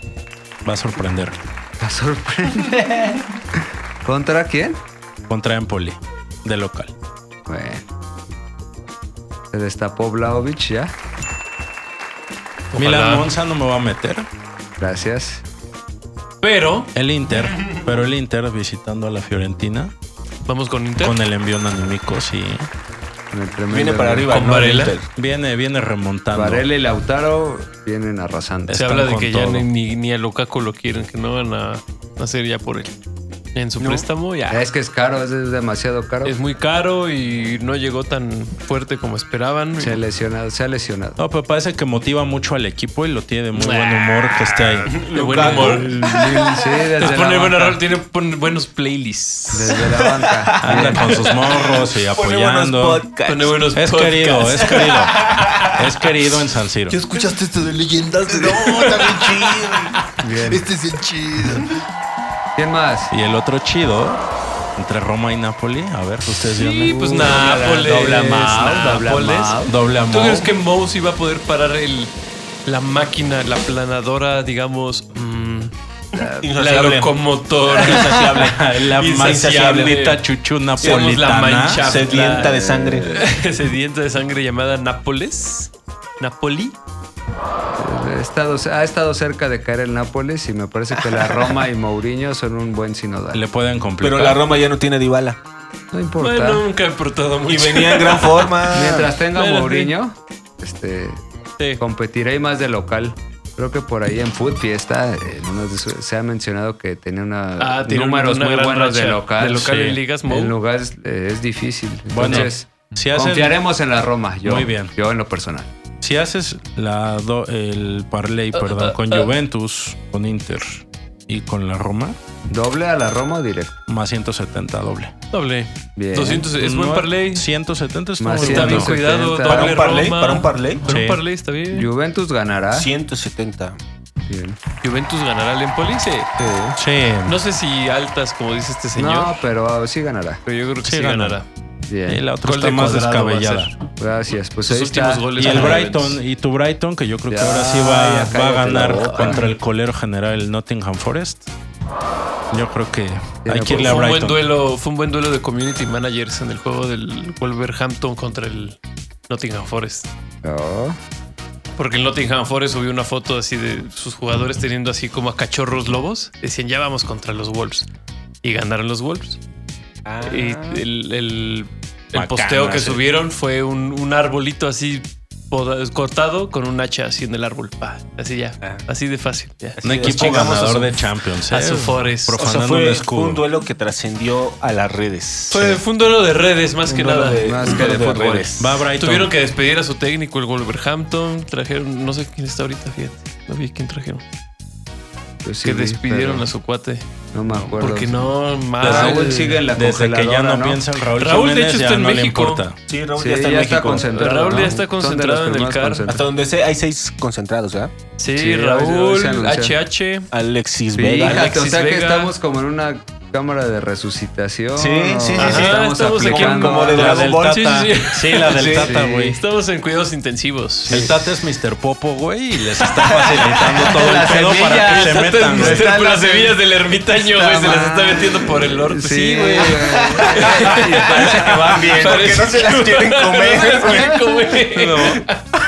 Speaker 3: Va a sorprender.
Speaker 2: La sorprende. ¿Contra quién?
Speaker 3: Contra Empoli, de local.
Speaker 2: Bueno. Se destapó Vlaovic ya.
Speaker 1: Ojalá.
Speaker 3: Milan Monza no me va a meter.
Speaker 2: Gracias.
Speaker 1: Pero
Speaker 3: El Inter, pero el Inter visitando a la Fiorentina
Speaker 1: vamos con Inter.
Speaker 3: con el envío anímico, sí.
Speaker 2: Con el tremendo-
Speaker 6: Viene para arriba.
Speaker 1: Con
Speaker 6: ¿no?
Speaker 1: Varela.
Speaker 6: Inter.
Speaker 3: Viene, viene remontando.
Speaker 2: Varela y Lautaro vienen arrasando.
Speaker 1: Se
Speaker 3: están
Speaker 1: habla de
Speaker 3: con
Speaker 1: que ya
Speaker 3: todo.
Speaker 1: ni- ni, ni a Lukaku lo quieren, que no van a hacer ya por él. En su préstamo ya.
Speaker 2: Es que es caro, es demasiado caro.
Speaker 1: Es muy caro y no llegó tan fuerte como esperaban.
Speaker 2: Se ha lesionado, se ha
Speaker 3: (laughs)
Speaker 2: lesionado.
Speaker 3: No, pero parece que motiva mucho al equipo y lo tiene de muy buen humor que esté ahí.
Speaker 1: De buen humor.
Speaker 2: Sí, desde
Speaker 1: Les
Speaker 2: la
Speaker 1: pone buena
Speaker 2: banca.
Speaker 1: rol, tiene pon- buenos playlists.
Speaker 2: Desde la
Speaker 3: (laughs)
Speaker 2: banca.
Speaker 3: Anda con sus morros y
Speaker 6: Pone buenos
Speaker 3: apoyando.
Speaker 6: podcasts.
Speaker 1: Pone buenos
Speaker 3: Es
Speaker 1: podcasts.
Speaker 3: querido, es querido. Es querido en San Siro.
Speaker 7: escuchaste esto de leyendas? No, está bien chido.
Speaker 2: Bien.
Speaker 7: Este es el chido.
Speaker 2: ¿Quién más?
Speaker 3: Y el otro chido, entre Roma y Napoli. A ver, ustedes
Speaker 1: Sí,
Speaker 3: díganme. Uh,
Speaker 1: pues Nápoles.
Speaker 2: dobla Mau, dobla
Speaker 1: Nápoles.
Speaker 2: Mau.
Speaker 3: Doble
Speaker 1: ¿Tú
Speaker 3: amor.
Speaker 1: crees
Speaker 3: (laughs)
Speaker 1: que Moe sí va a poder parar el, la máquina, la planadora, digamos, mm, la
Speaker 6: Insaciable.
Speaker 1: locomotora?
Speaker 3: (laughs) La
Speaker 1: Insaciable.
Speaker 3: maldita chuchu
Speaker 1: Somos la mancha.
Speaker 3: napolitana.
Speaker 6: Sedienta de sangre.
Speaker 1: (laughs) Sedienta de sangre llamada Nápoles. Napoli.
Speaker 2: Ha estado, ha estado cerca de caer el Nápoles y me parece
Speaker 1: (laughs)
Speaker 2: que la Roma y Mourinho son un buen sinodal.
Speaker 3: Le pueden complicar.
Speaker 6: Pero la Roma ya no tiene Dybala.
Speaker 2: No importa.
Speaker 1: Bueno, nunca he importado mucho.
Speaker 6: Y venía en (laughs) gran forma.
Speaker 2: Mientras tenga
Speaker 1: Bueno, sí.
Speaker 2: Mourinho, este,
Speaker 1: Sí.
Speaker 2: competirá y más de local. Creo que por ahí en Food Fiesta en uno de sus- se ha mencionado que tenía una,
Speaker 1: Ah, tiene
Speaker 2: números
Speaker 1: una
Speaker 2: muy
Speaker 1: gran
Speaker 2: buenos de
Speaker 1: racha
Speaker 2: local.
Speaker 1: de local
Speaker 2: Sí.
Speaker 1: en ligas, Mou.
Speaker 2: En lugar es, eh, es difícil.
Speaker 3: Bueno,
Speaker 2: Entonces,
Speaker 3: si hacen-
Speaker 2: confiaremos en la Roma. Yo,
Speaker 3: Muy bien.
Speaker 2: Yo en lo personal.
Speaker 3: Si haces la
Speaker 1: Eh,
Speaker 3: do- el parlay, perdón, con Juventus, con Inter y con la Roma,
Speaker 2: ¿Doble a la Roma o directo?
Speaker 3: Más 170 doble.
Speaker 1: Doble.
Speaker 2: Bien.
Speaker 1: 200 es buen
Speaker 3: No,
Speaker 1: parlay.
Speaker 3: 170 está
Speaker 2: Más
Speaker 3: muy
Speaker 1: Está bien
Speaker 2: 170.
Speaker 3: bueno.
Speaker 1: cuidado.
Speaker 6: ¿Para
Speaker 1: doble
Speaker 6: un parlay?
Speaker 1: Roma.
Speaker 6: ¿Para un parlay?
Speaker 1: Para un
Speaker 3: Sí.
Speaker 1: parlay está bien.
Speaker 2: Juventus
Speaker 6: Ah.
Speaker 2: ganará.
Speaker 6: 170.
Speaker 2: Bien.
Speaker 1: Juventus ganará al Empoli. sí.
Speaker 3: Sí.
Speaker 1: No sé si altas, como dice este señor,
Speaker 2: No, pero sí ganará.
Speaker 1: pero yo creo que sí,
Speaker 3: Sí,
Speaker 1: ganará.
Speaker 2: Bien.
Speaker 3: Y la otra
Speaker 1: Gol
Speaker 3: está
Speaker 1: de
Speaker 3: más
Speaker 1: Cuadrado va a
Speaker 3: descabellada.
Speaker 1: ser.
Speaker 2: Gracias. Pues
Speaker 1: Sus
Speaker 2: ahí
Speaker 1: últimos
Speaker 2: está.
Speaker 1: goles.
Speaker 3: Y el
Speaker 1: Juventus.
Speaker 3: Brighton, y tu Brighton, que yo creo que
Speaker 2: Ya,
Speaker 3: ahora sí va,
Speaker 2: ya
Speaker 3: va a
Speaker 2: cállate la
Speaker 3: ganar
Speaker 2: boca.
Speaker 3: contra el colero general el Nottingham Forest. Yo creo que hay que irle a
Speaker 1: Fue un, buen
Speaker 3: Brighton.
Speaker 1: duelo, fue un buen duelo de community managers en el juego del Wolverhampton contra el Nottingham Forest.
Speaker 2: No.
Speaker 1: Porque el Nottingham Forest subió una foto así de sus jugadores teniendo así como a cachorros lobos. Decían, ya vamos contra los Wolves. Y ganaron los Wolves.
Speaker 6: Ah.
Speaker 1: Y el, el- el
Speaker 3: Bacana,
Speaker 1: posteo que
Speaker 3: Ah. sí.
Speaker 1: subieron fue un, un arbolito así poda- cortado con un hacha así en el árbol. Pa, así ya, así de fácil. ya.
Speaker 3: Ah. Un equipo
Speaker 6: Llegamos a
Speaker 3: ganador
Speaker 6: su-
Speaker 3: de Champions.
Speaker 1: a
Speaker 3: ¿eh?
Speaker 1: su Forest.
Speaker 6: O sea,
Speaker 3: Profanando un
Speaker 6: fue, fue
Speaker 3: escudo.
Speaker 6: un duelo que trascendió a las redes.
Speaker 1: Fue, fue un duelo de redes más
Speaker 6: Un
Speaker 1: que
Speaker 6: duelo
Speaker 1: nada.
Speaker 6: de-
Speaker 2: más
Speaker 6: un
Speaker 2: que
Speaker 6: duelo
Speaker 2: de fútbol.
Speaker 3: Va Brighton.
Speaker 1: Tuvieron que despedir a su técnico, el Wolverhampton. Trajeron, no sé quién está ahorita, fíjate. No vi quién trajeron.
Speaker 2: Pues sí,
Speaker 1: que despidieron
Speaker 2: pero
Speaker 1: a su cuate.
Speaker 2: No me acuerdo.
Speaker 1: Porque no,
Speaker 2: Pero
Speaker 1: mal.
Speaker 2: Raúl sigue en la
Speaker 3: Ah, Desde que ya
Speaker 2: congeladora,
Speaker 3: no,
Speaker 2: ¿no?
Speaker 3: piensa en Raúl
Speaker 1: Raúl, de
Speaker 3: Jiménez,
Speaker 1: hecho,
Speaker 3: ya
Speaker 1: está en
Speaker 3: no le
Speaker 1: México.
Speaker 3: importa.
Speaker 6: Sí, Raúl
Speaker 2: Sí,
Speaker 6: ya está en
Speaker 2: ya
Speaker 6: México.
Speaker 2: está concentrado.
Speaker 1: Raúl ya
Speaker 2: ¿no?
Speaker 1: está
Speaker 2: Son de los
Speaker 1: concentrado en el
Speaker 2: primeros
Speaker 1: CAR.
Speaker 2: concentrados.
Speaker 6: Hasta donde sé, hay seis concentrados, ¿verdad?
Speaker 1: Sí,
Speaker 2: Sí, hoy
Speaker 1: Raúl,
Speaker 2: se anunció.
Speaker 1: HH.
Speaker 6: Alexis Vega.
Speaker 2: Fíjate,
Speaker 1: Alexis
Speaker 2: o sea que
Speaker 1: Vega.
Speaker 2: estamos como en una cámara de resucitación.
Speaker 6: Sí, sí, sí,
Speaker 2: Ajá,
Speaker 6: sí.
Speaker 2: Estamos,
Speaker 1: Estamos aquí
Speaker 2: aplicando
Speaker 6: como de
Speaker 2: algo.
Speaker 3: La
Speaker 6: Dragon
Speaker 3: del
Speaker 6: Ball,
Speaker 3: Tata.
Speaker 1: sí, sí,
Speaker 3: Sí, la del
Speaker 6: Sí.
Speaker 3: Tata, güey.
Speaker 1: Estamos en cuidados intensivos.
Speaker 3: El Tata es Mr. Popo, güey, y les está facilitando todo el
Speaker 2: Las
Speaker 3: pedo para
Speaker 2: semillas,
Speaker 3: que se
Speaker 2: Tata es
Speaker 3: metan, güey.
Speaker 2: Mr.
Speaker 1: Por
Speaker 2: la-
Speaker 1: las semillas del ermitaño, güey, se las está metiendo por el norte. Sí, güey.
Speaker 2: Parece que van bien.
Speaker 1: Parece
Speaker 6: no se las
Speaker 1: que-
Speaker 6: quieren comer.
Speaker 1: No se las quieren comer.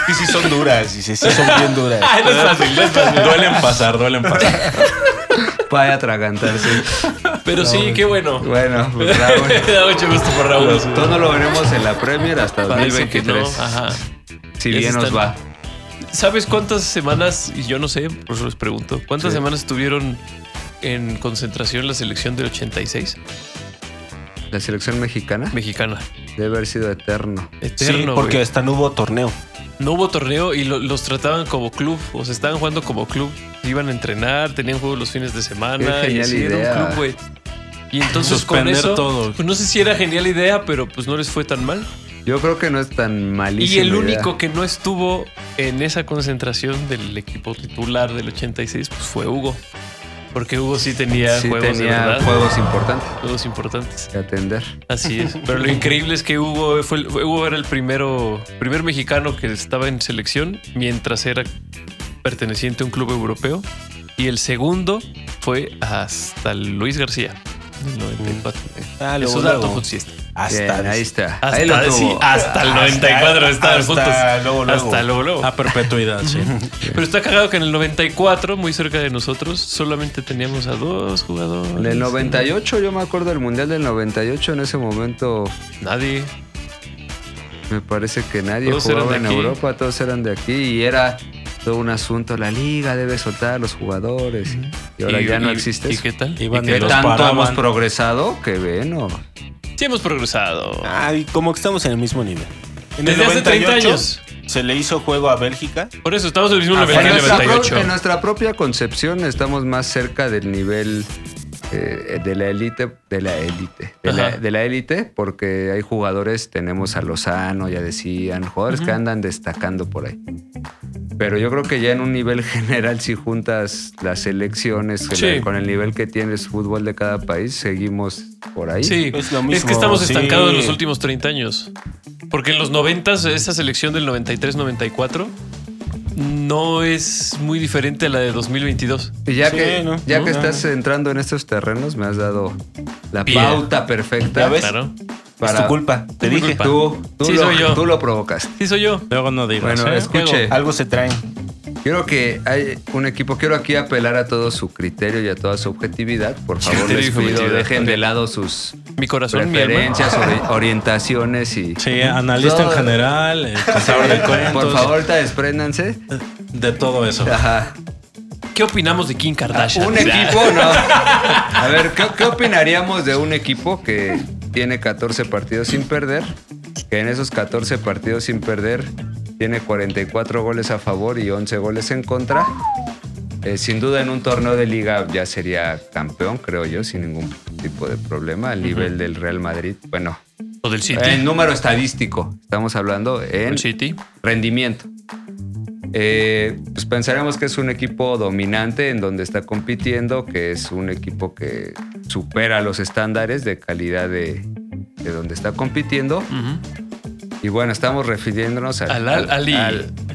Speaker 6: Y si son duras, y si sí son bien (laughs) duras.
Speaker 1: Ah, no (laughs) es fácil, no es fácil.
Speaker 3: Duelen pasar, duelen pasar.
Speaker 2: (laughs) Vaya atragantarse.
Speaker 1: Pero sí, qué bueno.
Speaker 2: Bueno, pues Raúl.
Speaker 1: Me (laughs) da mucho gusto por Raúl.
Speaker 2: Todo lo veremos en la Premier hasta
Speaker 1: Parece que no.
Speaker 2: 2023.
Speaker 1: Ajá. Ese
Speaker 2: Si bien
Speaker 1: está
Speaker 2: nos
Speaker 1: en-
Speaker 2: va.
Speaker 1: ¿Sabes cuántas semanas, y yo no sé, por eso les pregunto, cuántas
Speaker 2: Sí.
Speaker 1: semanas tuvieron en concentración la selección del 86
Speaker 2: La selección mexicana
Speaker 1: mexicana?
Speaker 2: debe haber sido eterno.
Speaker 1: Eterno.
Speaker 6: Sí, porque
Speaker 1: güey.
Speaker 6: hasta no hubo torneo.
Speaker 1: no hubo torneo y lo- los trataban como club, o sea, estaban jugando como club, iban a entrenar, tenían juegos los fines de semana,
Speaker 2: Qué
Speaker 1: y
Speaker 2: genial
Speaker 1: así era
Speaker 2: idea.
Speaker 1: un club, güey. Y entonces
Speaker 3: Suspender
Speaker 1: con eso,
Speaker 3: todo.
Speaker 1: pues no sé si era genial idea, pero pues no les fue tan mal.
Speaker 2: Yo creo que no es tan malísimo.
Speaker 1: Y el único que no estuvo en esa concentración del equipo titular del 86 pues fue Hugo. Porque Hugo sí tenía
Speaker 2: sí
Speaker 1: juegos de
Speaker 2: tenía
Speaker 1: verdad,
Speaker 2: juegos importantes
Speaker 1: juegos importantes.
Speaker 2: que atender.
Speaker 1: Asasi es. (laughs) Pero lo increíble es que Hugo, fue, el- fue- Hugo era el primero, primer mexicano que estaba en selección mientras era perteneciente a un club europeo. Y el segundo fue hasta Luis García. en
Speaker 2: Mm.
Speaker 1: el 94.
Speaker 6: Ah,
Speaker 1: Es
Speaker 6: luego,
Speaker 1: un dato
Speaker 6: luego.
Speaker 1: futbolista.
Speaker 6: Hasta
Speaker 2: Bien, ahí está.
Speaker 1: pues, Hasta,
Speaker 2: ahí lo tuvo.
Speaker 1: sí, hasta el 94 estaban
Speaker 6: hasta
Speaker 1: juntos.
Speaker 6: luego, luego.
Speaker 1: Hasta luego, luego.
Speaker 3: A perpetuidad,
Speaker 6: (laughs)
Speaker 3: sí.
Speaker 1: (laughs) Pero está cagado que en el 94, muy cerca de nosotros, solamente teníamos a dos jugadores.
Speaker 2: En el 98, yo me acuerdo del Mundial del 98, en ese momento
Speaker 1: Nadie.
Speaker 2: me parece que nadie
Speaker 1: Todos eran
Speaker 2: jugaba
Speaker 1: de
Speaker 2: en
Speaker 1: aquí.
Speaker 2: Europa, todos eran de aquí y era todo un asunto, la liga debe soltar a los jugadores y ahora ya no existe.
Speaker 1: ¿Y
Speaker 2: eso.
Speaker 1: qué tal?
Speaker 3: Iban
Speaker 1: ¿Y
Speaker 3: y
Speaker 1: qué
Speaker 2: ¿Qué
Speaker 3: los
Speaker 1: tal?
Speaker 2: tanto
Speaker 3: paraban.
Speaker 2: hemos progresado? Que bueno.
Speaker 1: Sí hemos progresado.
Speaker 2: Ah.
Speaker 6: Ay, Ah, como que estamos en el mismo nivel. En el
Speaker 1: Desde hace 30
Speaker 6: 98,
Speaker 1: años.
Speaker 6: Se le hizo juego a Bélgica.
Speaker 1: Por eso estamos en el mismo
Speaker 6: Ah,
Speaker 1: nivel
Speaker 2: En
Speaker 1: que el
Speaker 2: nuestra, pro-
Speaker 1: 98.
Speaker 2: en nuestra propia concepción estamos más cerca del nivel eh, de la élite, de la élite, de la-
Speaker 1: Ajá.
Speaker 2: de la élite, porque hay jugadores, tenemos a Lozano, ya decían, jugadores que andan destacando por ahí. Pero yo creo que ya en un nivel (laughs) general, si juntas las elecciones
Speaker 1: Sí.
Speaker 2: con el nivel que tienes fútbol de cada país, seguimos por ahí.
Speaker 1: Sí,
Speaker 6: Es lo
Speaker 1: es
Speaker 6: mismo,
Speaker 1: que estamos
Speaker 6: sí.
Speaker 1: estancados en los últimos 30 años. Porque en los 90, esa selección del 93-94 no es muy diferente a la de 2022.
Speaker 2: Y ya
Speaker 6: Sí,
Speaker 2: que,
Speaker 6: ¿no?
Speaker 2: ya
Speaker 6: ¿No?
Speaker 2: que estás entrando en estos terrenos, me has dado la
Speaker 1: Bien.
Speaker 2: pauta perfecta.
Speaker 6: Ya ves,
Speaker 1: Claro.
Speaker 2: Para-
Speaker 6: Es tu culpa. Te
Speaker 1: Es mi
Speaker 6: dije.
Speaker 1: culpa.
Speaker 2: Tú, tú,
Speaker 1: Sí,
Speaker 2: lo,
Speaker 1: soy yo.
Speaker 2: tú lo provocaste.
Speaker 1: Sí, soy yo.
Speaker 3: Luego no digas.
Speaker 2: Bueno,
Speaker 3: ¿eh?
Speaker 2: escuche,
Speaker 6: Algo se (laughs) traen.
Speaker 2: quiero que hay un equipo, quiero aquí apelar a todo su criterio y a toda su objetividad. Por favor,
Speaker 1: Criterio y
Speaker 2: les pido,
Speaker 1: objetividad.
Speaker 2: dejen
Speaker 1: Ok.
Speaker 2: de lado sus
Speaker 1: Mi corazón, mi alma.
Speaker 2: preferencias, ori- orientaciones y...
Speaker 3: Sí, analista en
Speaker 2: Todo-
Speaker 3: general, eh, contador de cuentos,
Speaker 2: Por favor, ahorita despréndanse.
Speaker 3: de todo eso.
Speaker 2: Ajá.
Speaker 1: ¿Qué opinamos de Kim Kardashian?
Speaker 2: Ah, Un equipo, no. A ver, ¿qué, qué opinaríamos de un equipo que tiene 14 partidos sin perder? Que en esos 14 partidos sin perder tiene 44 goles a favor y 11 goles en contra. Eh, sin duda en un torneo de liga ya sería campeón, creo yo, sin ningún tipo de problema. Al nivel del Real Madrid, bueno,
Speaker 1: O del City.
Speaker 2: en número estadístico, estamos hablando en
Speaker 1: El City.
Speaker 2: rendimiento. Eh, pues pensaremos que es un equipo dominante en donde está compitiendo, que es un equipo que supera los estándares de calidad de, de donde está compitiendo.
Speaker 1: Ujú.
Speaker 2: Y bueno, estamos refiriéndonos
Speaker 1: Al
Speaker 2: al.
Speaker 1: Al Ali.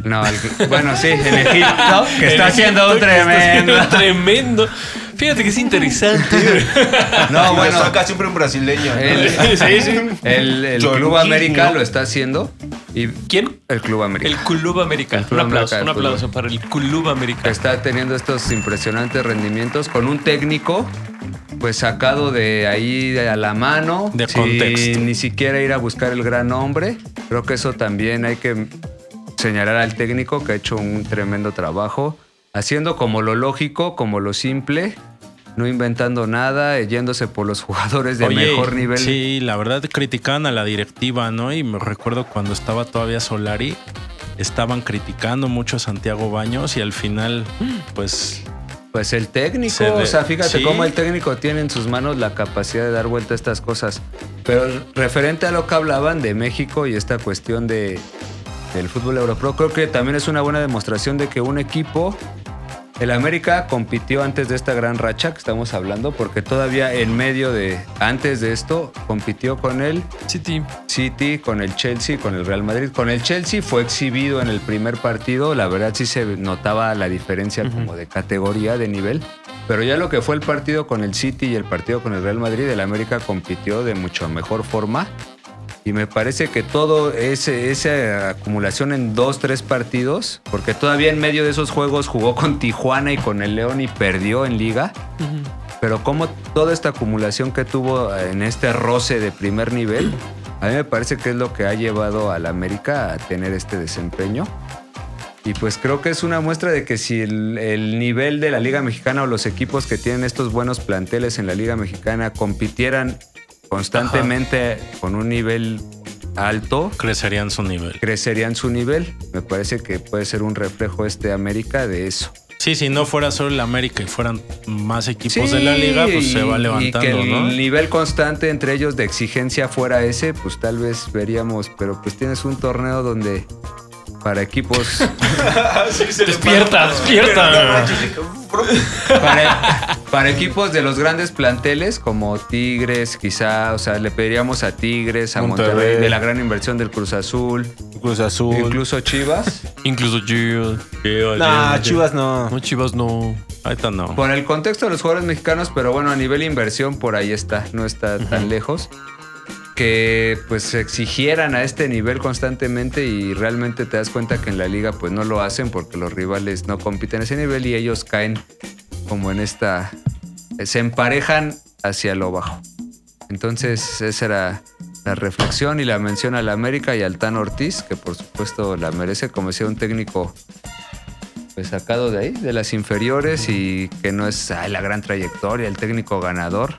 Speaker 2: no, al- bueno, sí,
Speaker 1: (laughs)
Speaker 2: el Egipto, que está
Speaker 1: El
Speaker 2: haciendo un
Speaker 1: Egipto que está
Speaker 2: tremendo.
Speaker 1: haciendo un tremendo. Fíjate que es
Speaker 2: (laughs)
Speaker 1: interesante.
Speaker 2: No,
Speaker 6: bueno,
Speaker 2: bueno,
Speaker 6: saca siempre un brasileño. ¿no?
Speaker 2: el,
Speaker 1: Sí, sí.
Speaker 2: el- el
Speaker 6: Jorginho.
Speaker 2: Club América lo está haciendo. Y
Speaker 1: ¿Quién?
Speaker 2: el Club América.
Speaker 1: El Club América.
Speaker 2: Club
Speaker 1: un aplauso,
Speaker 2: América,
Speaker 1: un
Speaker 2: el Club. Este.
Speaker 1: aplauso para el Club América.
Speaker 2: está teniendo estos impresionantes rendimientos con un técnico pues sacado de ahí a la mano,
Speaker 3: De
Speaker 2: sin
Speaker 3: contexto.
Speaker 2: ni siquiera ir a buscar el gran hombre. Creo que eso también hay que señalar al técnico que ha hecho un tremendo trabajo, haciendo como lo lógico, como lo simple, no inventando nada, yéndose por los (laughs) jugadores de
Speaker 3: Oye,
Speaker 2: mejor nivel.
Speaker 3: Sí, la verdad criticaban a la directiva, ¿no? Y me recuerdo cuando estaba todavía Solari, estaban criticando mucho a Santiago Baños y al final, pues
Speaker 2: Pues el técnico,
Speaker 3: Se le-
Speaker 2: o sea, fíjate
Speaker 3: sí.
Speaker 2: cómo el técnico tiene en sus manos la capacidad de dar vuelta a estas cosas. Pero referente a lo que hablaban de México y esta cuestión de, del fútbol europeo, creo que también es una buena demostración de que un equipo, el América, compitió antes de esta gran racha que estamos hablando, porque todavía en medio de, antes de esto, compitió con el
Speaker 1: City.
Speaker 2: City, con el Chelsea, con el Real Madrid. Con el Chelsea fue exhibido en el primer partido. La verdad sí se notaba la diferencia como de categoría, de nivel. Pero ya lo que fue el partido con el City y el partido con el Real Madrid, el América compitió de mucho mejor forma. Y me parece que todo ese, esa acumulación en dos, tres partidos, porque todavía en medio de esos juegos jugó con Tijuana y con el León y perdió en liga. Pero como toda esta acumulación que tuvo en este roce de primer nivel, a mí me parece que es lo que ha llevado al América a tener este desempeño. Y pues creo que es una muestra de que si el, el nivel de la Liga Mexicana o los equipos que tienen estos buenos planteles en la Liga Mexicana compitieran constantemente con un nivel alto,
Speaker 3: crecerían su nivel.
Speaker 2: crecerían su nivel. Me parece que puede ser un reflejo este América de eso.
Speaker 3: Sí, si no fuera solo el América y fueran más equipos
Speaker 2: Sí,
Speaker 3: de la liga, pues se va
Speaker 2: y- Y que
Speaker 3: levantando,
Speaker 2: el
Speaker 3: ¿no?
Speaker 2: nivel constante entre ellos de exigencia fuera ese, pues tal vez veríamos, pero pues tienes un torneo donde para
Speaker 3: (laughs)
Speaker 2: equipos
Speaker 1: Despierta, despierta.
Speaker 2: para, para equipos de los grandes planteles como Tigres, quizá, o sea, le pediríamos a Tigres, a Monterrey,
Speaker 6: Monterrey.
Speaker 2: de la gran inversión del Cruz Azul,
Speaker 6: Cruz Azul.
Speaker 2: incluso Chivas.
Speaker 1: Incluso yo.
Speaker 6: Nah, Chivas no.
Speaker 1: No, Chivas no.
Speaker 3: Ahorita no.
Speaker 2: Por el contexto de los jugadores mexicanos, pero bueno, a nivel inversión por ahí está, no está tan lejos. Que pues se exigieran a este nivel constantemente y realmente te das cuenta que en la liga pues no lo hacen porque los rivales no compiten a ese nivel y ellos caen como en esta... eh, se emparejan hacia lo bajo. Entonces esa era la reflexión y la mención a la América y al Tan Ortiz, que por supuesto la merece como decía un técnico pues sacado de ahí, de las inferiores y que no es ay, la gran trayectoria, el técnico ganador.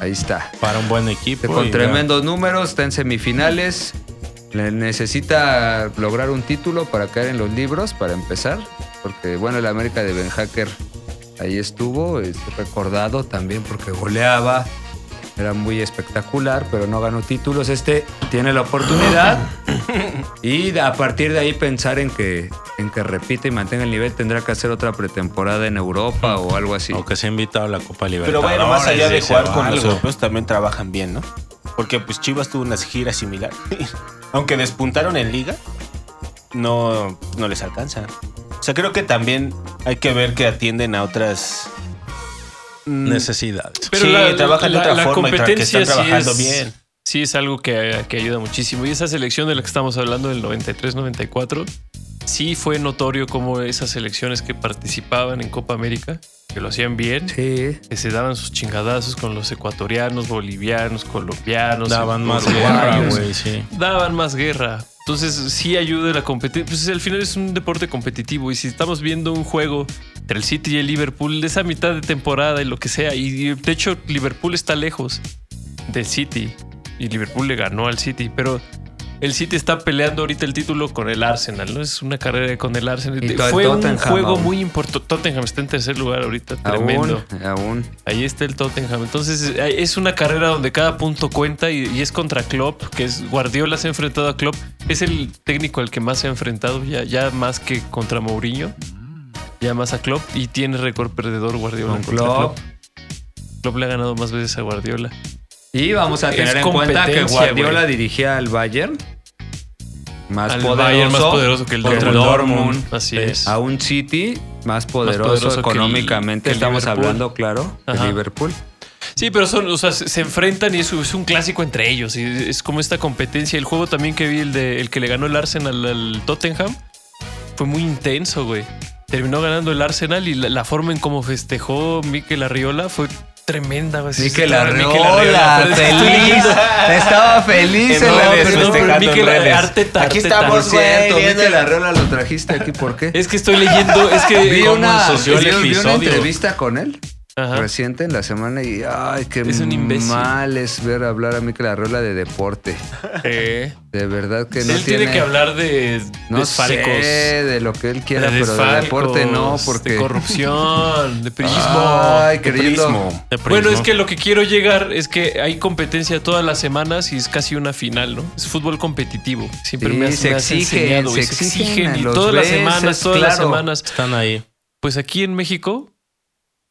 Speaker 2: Ahí está.
Speaker 3: Para un buen
Speaker 2: Que
Speaker 3: equipo.
Speaker 2: con
Speaker 3: y ya.
Speaker 2: tremendos números, está en semifinales. Le- Necesita lograr un título para caer en los libros, para empezar. Porque, bueno, el América de Ben Hacker ahí estuvo, es recordado también porque goleaba. Era muy espectacular, pero no ganó títulos. Este tiene la oportunidad. Y a partir de ahí pensar en que, en que repite y mantenga el nivel, tendrá que hacer otra pretemporada en Europa o algo así.
Speaker 3: O que se ha invitado a la Copa
Speaker 6: Pero
Speaker 3: Libertadores.
Speaker 6: bueno, más allá de
Speaker 3: ese
Speaker 6: jugar con
Speaker 3: algo.
Speaker 6: los europeos, también trabajan bien, ¿no? Porque pues Chivas tuvo unas giras similares. (laughs) Aunque despuntaron en liga, no, no les alcanza. O sea, creo que también hay que ver que atienden a otras... mm,
Speaker 3: Necesidades.
Speaker 6: Sí, trabajan de otra forma y tra- que están trabajando
Speaker 1: sí es,
Speaker 6: bien.
Speaker 1: Sí, es algo que, que ayuda muchísimo. Y esa selección de la que estamos hablando del 93-94, sí fue notorio como esas selecciones que participaban en Copa América, que lo hacían bien,
Speaker 2: Sí.
Speaker 1: que se daban sus chingadazos con los ecuatorianos, bolivianos, colombianos.
Speaker 3: Daban más guerra,
Speaker 1: uruguayos.
Speaker 3: güey, sí.
Speaker 1: daban más guerra. Entonces sí ayuda la competencia. Pues al final es un deporte competitivo y si estamos viendo un juego entre el City y el Liverpool de esa mitad de temporada y lo que sea, y y, de hecho Liverpool está lejos del City y Liverpool le ganó al City, pero el City está peleando ahorita el título con el Arsenal, ¿no? Es una carrera con el Arsenal.
Speaker 2: Y to-
Speaker 1: Fue un
Speaker 2: Tottenham
Speaker 1: juego
Speaker 2: aún.
Speaker 1: muy importante. Tottenham está en tercer lugar ahorita, tremendo.
Speaker 2: Aún, aún.
Speaker 1: Ahí está el Tottenham. Entonces eh, es una carrera donde cada punto cuenta y, y es contra Klopp, que es Guardiola se ha enfrentado a Klopp. Es el técnico al que más se ha enfrentado, ya, ya más que contra Mourinho, ya más a Klopp y tiene récord perdedor Guardiola
Speaker 2: Con
Speaker 1: contra
Speaker 2: Klopp.
Speaker 1: Klopp le ha ganado más veces a Guardiola.
Speaker 2: Y vamos a
Speaker 1: Es
Speaker 2: tener en cuenta que
Speaker 1: competencia,
Speaker 2: Guardiola
Speaker 1: güey.
Speaker 2: dirigía al Bayern. Más
Speaker 1: Al
Speaker 2: poderoso.
Speaker 1: Bayern más poderoso que el
Speaker 2: contra
Speaker 1: Dortmund.
Speaker 2: Dortmund.
Speaker 1: Así
Speaker 2: Eh,
Speaker 1: es.
Speaker 2: A un City más poderoso,
Speaker 1: poderoso que el- que
Speaker 2: económicamente.
Speaker 1: el
Speaker 2: Estamos
Speaker 1: Liverpool.
Speaker 2: hablando, claro, de
Speaker 1: Ajá.
Speaker 2: Liverpool.
Speaker 1: Sí, pero son, o sea, se se enfrentan y es, es un clásico entre ellos. Y es como esta competencia. El juego también que vi, el, de, el que le ganó el Arsenal al Tottenham, fue muy intenso, güey. Terminó ganando el Arsenal y la, la forma en cómo festejó Mikel Arriola fue tremenda, güey. Sí,
Speaker 2: Mikel
Speaker 1: estaba Mikel
Speaker 2: Arriola,
Speaker 1: pero-
Speaker 2: feliz. Estaba feliz en
Speaker 1: No,
Speaker 2: redes,
Speaker 1: pero no,
Speaker 2: festejando
Speaker 1: Mikel
Speaker 2: en redes.
Speaker 1: Arteta,
Speaker 6: Aquí
Speaker 1: Arteta.
Speaker 2: Por
Speaker 6: estamos. Pues, güey,
Speaker 2: cierto,
Speaker 6: viendo
Speaker 2: Mikel
Speaker 6: la-
Speaker 2: Arriola lo trajiste aquí, ¿por qué?
Speaker 1: Es que estoy leyendo, es que
Speaker 2: vi
Speaker 1: cómo
Speaker 2: una,
Speaker 1: asoció el
Speaker 2: vi- vi una
Speaker 1: episodio.
Speaker 2: entrevista pues, con él
Speaker 1: Ajá.
Speaker 2: reciente en la semana y ay, qué
Speaker 1: Es un imbécil.
Speaker 2: mal es ver hablar a Mikel Arreola de deporte.
Speaker 1: Eh,
Speaker 2: De verdad que no
Speaker 1: Él tiene que hablar de
Speaker 2: no
Speaker 1: desfalcos.
Speaker 2: sé de lo que él quiera,
Speaker 1: de
Speaker 2: pero de
Speaker 1: desfalcos,
Speaker 2: deporte no, porque
Speaker 1: de corrupción,
Speaker 2: (laughs)
Speaker 1: de prismo.
Speaker 2: ay, querido.
Speaker 6: Prismo.
Speaker 3: Te
Speaker 1: Bueno,
Speaker 3: prismo.
Speaker 1: es que lo que quiero llegar es que hay competencia todas las semanas y es casi una final, ¿no? Es fútbol competitivo. Siempre
Speaker 2: Sí,
Speaker 1: me, has,
Speaker 2: se
Speaker 1: me has
Speaker 2: exigen,
Speaker 1: enseñado,
Speaker 2: se
Speaker 1: y
Speaker 2: exigen,
Speaker 1: y
Speaker 2: los
Speaker 1: todas las
Speaker 2: ves,
Speaker 1: semanas,
Speaker 2: es
Speaker 1: todas las
Speaker 2: claro.
Speaker 1: semanas.
Speaker 3: Están ahí.
Speaker 1: Pues aquí en México,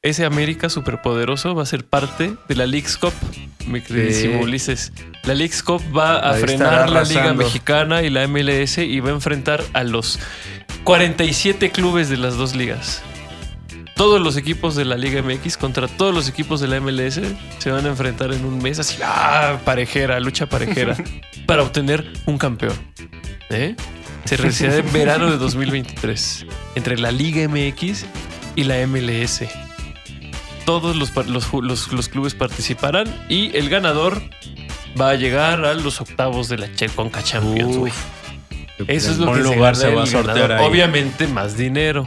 Speaker 1: ese América superpoderoso va a ser parte de la League's Cup, mi queridísimo
Speaker 2: Sí.
Speaker 1: Ulises. La League's Cup va a
Speaker 2: Ahí estará
Speaker 1: frenar la Liga
Speaker 2: arrasando.
Speaker 1: Mexicana y la MLS y va a enfrentar a los 47 clubes de las dos ligas. Todos los equipos de la Liga MX contra todos los equipos de la MLS se van a enfrentar en un mes así, ah, parejera, lucha
Speaker 2: (laughs)
Speaker 1: parejera, para obtener un campeón. ¿Eh? Se realizará en verano de 2023 entre la Liga MX y la MLS. Todos los, par- los ju- los- los clubes participarán y el ganador va a llegar a los octavos de la Che- Conca Champions. güey. Eso es lo
Speaker 3: Un
Speaker 1: que
Speaker 3: lugar
Speaker 1: se, gana
Speaker 3: se
Speaker 1: el
Speaker 3: va a sortear
Speaker 1: ganador.
Speaker 3: ahí.
Speaker 1: Obviamente más dinero.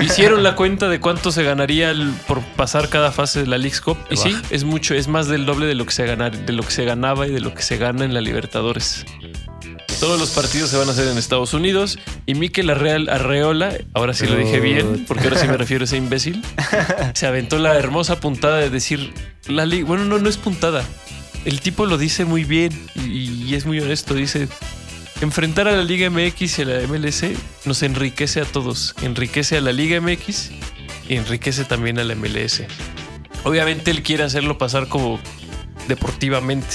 Speaker 1: Hicieron la cuenta de cuánto se ganaría el- por pasar cada fase de la League's Cup y sí, es mucho, es más del doble de lo que se ganar, de lo que se ganaba y de lo que se gana en la Libertadores. Todos los partidos se van a hacer en Estados Unidos y Mikel Arreal- Arreola, ahora sí lo dije bien, porque ahora sí me refiero a ese
Speaker 3: (laughs)
Speaker 1: imbécil, se aventó la hermosa puntada de decir la liga. Bueno, no, no es puntada. El tipo lo dice muy bien y- y es muy honesto. Dice, Enfrentar a la Liga MX y a la MLS nos enriquece a todos. Enriquece a la Liga MX y enriquece también a la MLS. Obviamente él quiere hacerlo pasar como deportivamente.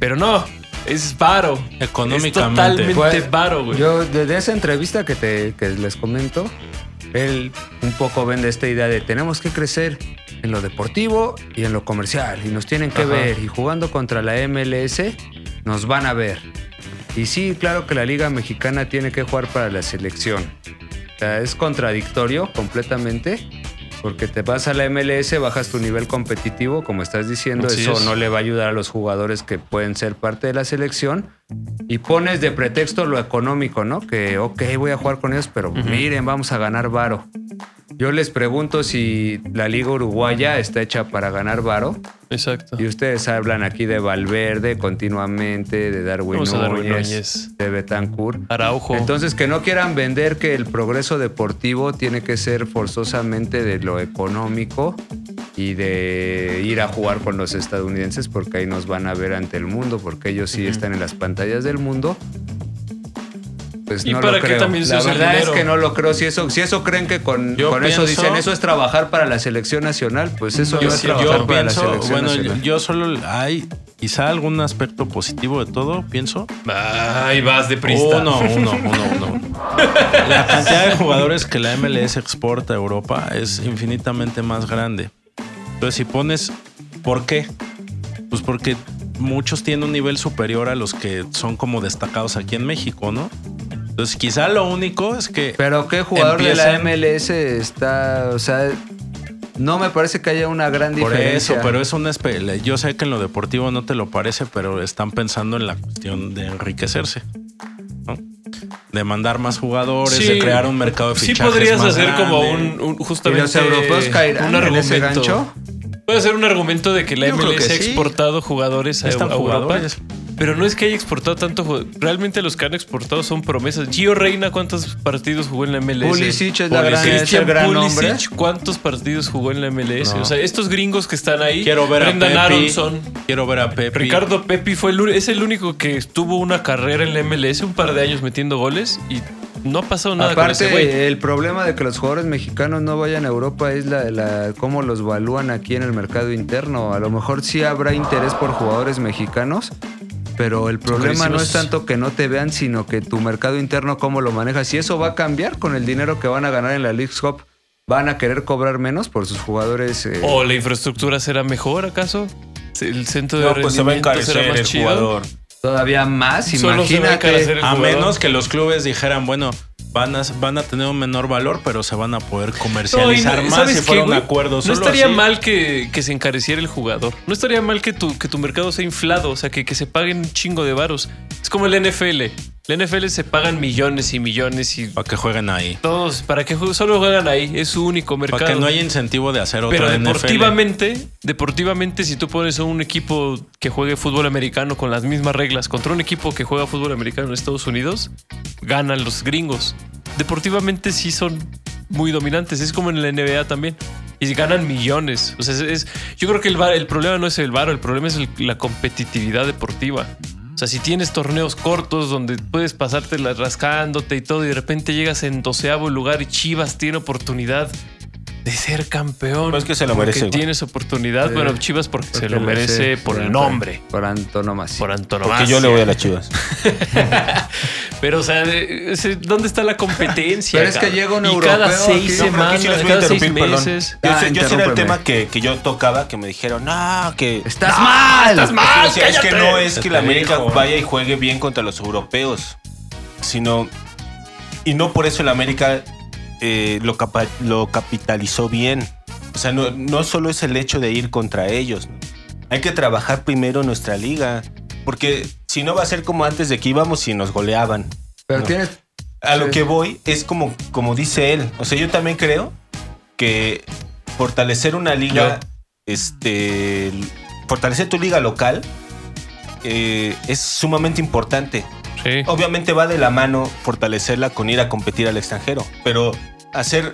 Speaker 1: Pero no, es varo. Es
Speaker 3: Económicamente.
Speaker 1: totalmente
Speaker 2: Pues,
Speaker 1: varo, güey.
Speaker 2: Yo, desde esa entrevista que, te, que les comento, él un poco vende esta idea de tenemos que crecer en lo deportivo y en lo comercial y nos tienen que
Speaker 1: Ajá.
Speaker 2: ver y jugando contra la MLS nos van a ver. Y sí, claro que la Liga Mexicana tiene que jugar para la selección. O sea, es contradictorio completamente porque te vas a la MLS, bajas tu nivel competitivo, como estás diciendo,
Speaker 1: Así
Speaker 2: eso
Speaker 1: es.
Speaker 2: no le va a ayudar a los jugadores que pueden ser parte de la selección y pones de pretexto lo económico, ¿no? Que, ok, voy a jugar con ellos, pero miren, vamos a ganar varo. Yo les pregunto si la Liga Uruguaya está hecha para ganar varo.
Speaker 1: Exacto.
Speaker 2: Y ustedes hablan aquí de Valverde continuamente, de Darwin
Speaker 1: Vamos a Darwin
Speaker 2: Núñez,
Speaker 1: Núñez.
Speaker 2: de Betancourt.
Speaker 1: Araujo.
Speaker 2: Entonces, que no quieran vender que el progreso deportivo tiene que ser forzosamente de lo económico y de ir a jugar con los estadounidenses porque ahí nos van a ver ante el mundo, porque ellos sí están en las pantallas del mundo. Pues
Speaker 1: ¿Y
Speaker 2: no
Speaker 1: para
Speaker 2: lo
Speaker 1: qué
Speaker 2: creo.
Speaker 1: también se
Speaker 2: la
Speaker 1: usa el
Speaker 2: verdad es
Speaker 1: dinero?
Speaker 2: que no lo creo. Si eso, si eso creen que con,
Speaker 3: Yo
Speaker 2: con eso
Speaker 3: pienso-
Speaker 2: dicen, eso es trabajar para la selección nacional, pues eso
Speaker 3: Yo,
Speaker 2: no es
Speaker 3: sí-
Speaker 2: trabajar
Speaker 3: yo
Speaker 2: para la
Speaker 3: pienso,
Speaker 2: selección
Speaker 3: bueno, yo,
Speaker 2: nacional.
Speaker 3: yo solo hay quizá algún aspecto positivo de todo, pienso.
Speaker 1: Ay, vas de
Speaker 3: Uno, uno, uno, uno. (laughs) La cantidad de jugadores que la MLS exporta a Europa es infinitamente más grande. Entonces, si pones, ¿por qué? Pues porque muchos tienen un nivel superior a los que son como destacados aquí en México, ¿no? Entonces, quizá lo único es que
Speaker 2: Pero qué jugador
Speaker 3: Empiezan-
Speaker 2: de la MLS está, o sea, no me parece que haya una gran
Speaker 3: Por
Speaker 2: diferencia.
Speaker 3: eso, pero es una espe- Yo sé que en lo deportivo no te lo parece, pero están pensando en la cuestión de enriquecerse. ¿no? De mandar más jugadores,
Speaker 1: Sí.
Speaker 3: de crear un mercado de
Speaker 1: Sí
Speaker 3: fichajes.
Speaker 1: podrías
Speaker 3: más
Speaker 1: hacer como
Speaker 3: grande.
Speaker 1: un, un-
Speaker 2: ¿Y
Speaker 1: justamente
Speaker 2: los europeos caerán
Speaker 1: un
Speaker 2: en ese
Speaker 1: argumento.
Speaker 2: gancho?
Speaker 1: Puede ser un argumento de que la
Speaker 3: Yo creo
Speaker 1: MLS
Speaker 3: que
Speaker 1: ha
Speaker 3: sí.
Speaker 1: exportado jugadores a,
Speaker 3: Están
Speaker 1: a Europa.
Speaker 3: jugadores.
Speaker 1: Pero no es que haya exportado tanto. ju- Realmente los que han exportado son promesas. Gio Reina, ¿cuántos partidos jugó en la MLS?
Speaker 2: Pulisic es la
Speaker 1: Pulisic.
Speaker 2: gran- es el
Speaker 1: Christian
Speaker 2: gran
Speaker 1: Pulisic,
Speaker 2: hombre.
Speaker 1: ¿cuántos partidos jugó en la MLS?
Speaker 3: No.
Speaker 1: O sea, estos gringos que están ahí.
Speaker 3: Quiero ver
Speaker 1: Brendan
Speaker 3: a Pepe.
Speaker 1: Aronson.
Speaker 3: Quiero ver a Pepe.
Speaker 1: Ricardo Pepi fue el, ú- es el único que estuvo una carrera en la MLS un par de años metiendo goles y no ha pasado nada con ese güey.
Speaker 2: Aparte, eh, el problema de que los jugadores mexicanos no vayan a Europa es la, la- cómo los valúan aquí en el mercado interno. A lo mejor sí habrá interés por jugadores mexicanos, pero el problema no
Speaker 1: carísimos.
Speaker 2: es tanto que no te vean, sino que tu mercado interno cómo lo manejas. Y eso va a cambiar con el dinero que van a ganar en la League Cup. Van a querer cobrar menos por sus jugadores. eh,
Speaker 1: ¿O la infraestructura será mejor acaso? ¿El centro de
Speaker 6: No, pues se va a
Speaker 1: rendimiento será
Speaker 6: encarecer
Speaker 1: más
Speaker 6: el
Speaker 1: chido?
Speaker 6: jugador.
Speaker 2: Todavía más,
Speaker 1: Solo se va a encarecer
Speaker 2: imagínate.
Speaker 1: el
Speaker 3: A
Speaker 1: jugador.
Speaker 3: menos que los clubes dijeran, bueno, van a, van a tener un menor valor, pero se van a poder
Speaker 1: No, y no-
Speaker 3: comercializar más
Speaker 1: ¿sabes
Speaker 3: si
Speaker 1: qué,
Speaker 3: fuera un
Speaker 1: güey?
Speaker 3: acuerdo.
Speaker 1: No
Speaker 3: solo
Speaker 1: estaría
Speaker 3: así.
Speaker 1: mal que, que se encareciera el jugador. No estaría mal que tu, que tu mercado sea inflado, o sea, que, que se paguen un chingo de varos. Es como el NFL. El NFL se pagan millones y millones y
Speaker 3: Para que jueguen ahí.
Speaker 1: todos. ¿Para qué jue- solo juegan ahí? Es su único mercado.
Speaker 3: Para que no haya incentivo de hacer otra
Speaker 1: Pero
Speaker 3: NFL.
Speaker 1: deportivamente, deportivamente, si tú pones a un equipo que juegue fútbol americano con las mismas reglas contra un equipo que juega fútbol americano en Estados Unidos, ganan los gringos. Deportivamente sí son muy dominantes. Es como en la NBA también. Y ganan millones. O sea, es, es- yo creo que el, va- el problema no es el varo, el problema es el- la competitividad deportiva. O sea, si tienes torneos cortos donde puedes pasarte rascándote y todo, y de repente llegas en doceavo lugar y Chivas tiene oportunidad de ser campeón.
Speaker 6: Pero Pues es que se lo merece, güey.
Speaker 1: Porque tienes oportunidad.
Speaker 2: Sí.
Speaker 1: Bueno, Chivas porque, se
Speaker 2: Porque
Speaker 1: lo merece
Speaker 2: sí,
Speaker 1: por
Speaker 2: sí,
Speaker 1: el nombre,
Speaker 2: Por antonomasia.
Speaker 1: por antonomasia.
Speaker 6: Porque yo le voy a las chivas.
Speaker 1: Pero, o sea, de- ese- ¿dónde está la competencia?
Speaker 2: Pero es que
Speaker 1: cabrón?
Speaker 2: llega un
Speaker 1: y cada
Speaker 2: europeo
Speaker 1: seis
Speaker 2: aquí. No,
Speaker 6: pero aquí
Speaker 1: semanas,
Speaker 6: sí les voy a
Speaker 1: cada seis
Speaker 6: interrumpir, perdón.
Speaker 1: meses.
Speaker 6: Yo,
Speaker 2: Ah,
Speaker 6: sé- yo sé era el
Speaker 2: interrúmpeme.
Speaker 6: tema que, que yo tocaba, que me dijeron, no, que...
Speaker 2: ¡Estás mal!
Speaker 1: ¡Estás
Speaker 6: O
Speaker 1: mal!
Speaker 6: sea, es que
Speaker 1: cállate!
Speaker 6: no es que la
Speaker 3: Te
Speaker 6: América
Speaker 3: dijo.
Speaker 6: vaya y juegue bien contra los europeos, sino... Y no por eso la América eh, lo, capa- lo capitalizó bien. O sea, no, no solo es el hecho de ir contra ellos. ¿no? Hay que trabajar primero nuestra liga. Porque si no va a ser como antes de que íbamos y nos goleaban.
Speaker 2: Pero
Speaker 6: No.
Speaker 2: tienes
Speaker 6: A lo
Speaker 2: Sí.
Speaker 6: que voy es como, como dice él. O sea, yo también creo que fortalecer una liga, este, l- fortalecer tu liga local eh, es sumamente importante.
Speaker 1: Sí.
Speaker 6: Obviamente va de la mano fortalecerla con ir a competir al extranjero, pero hacer,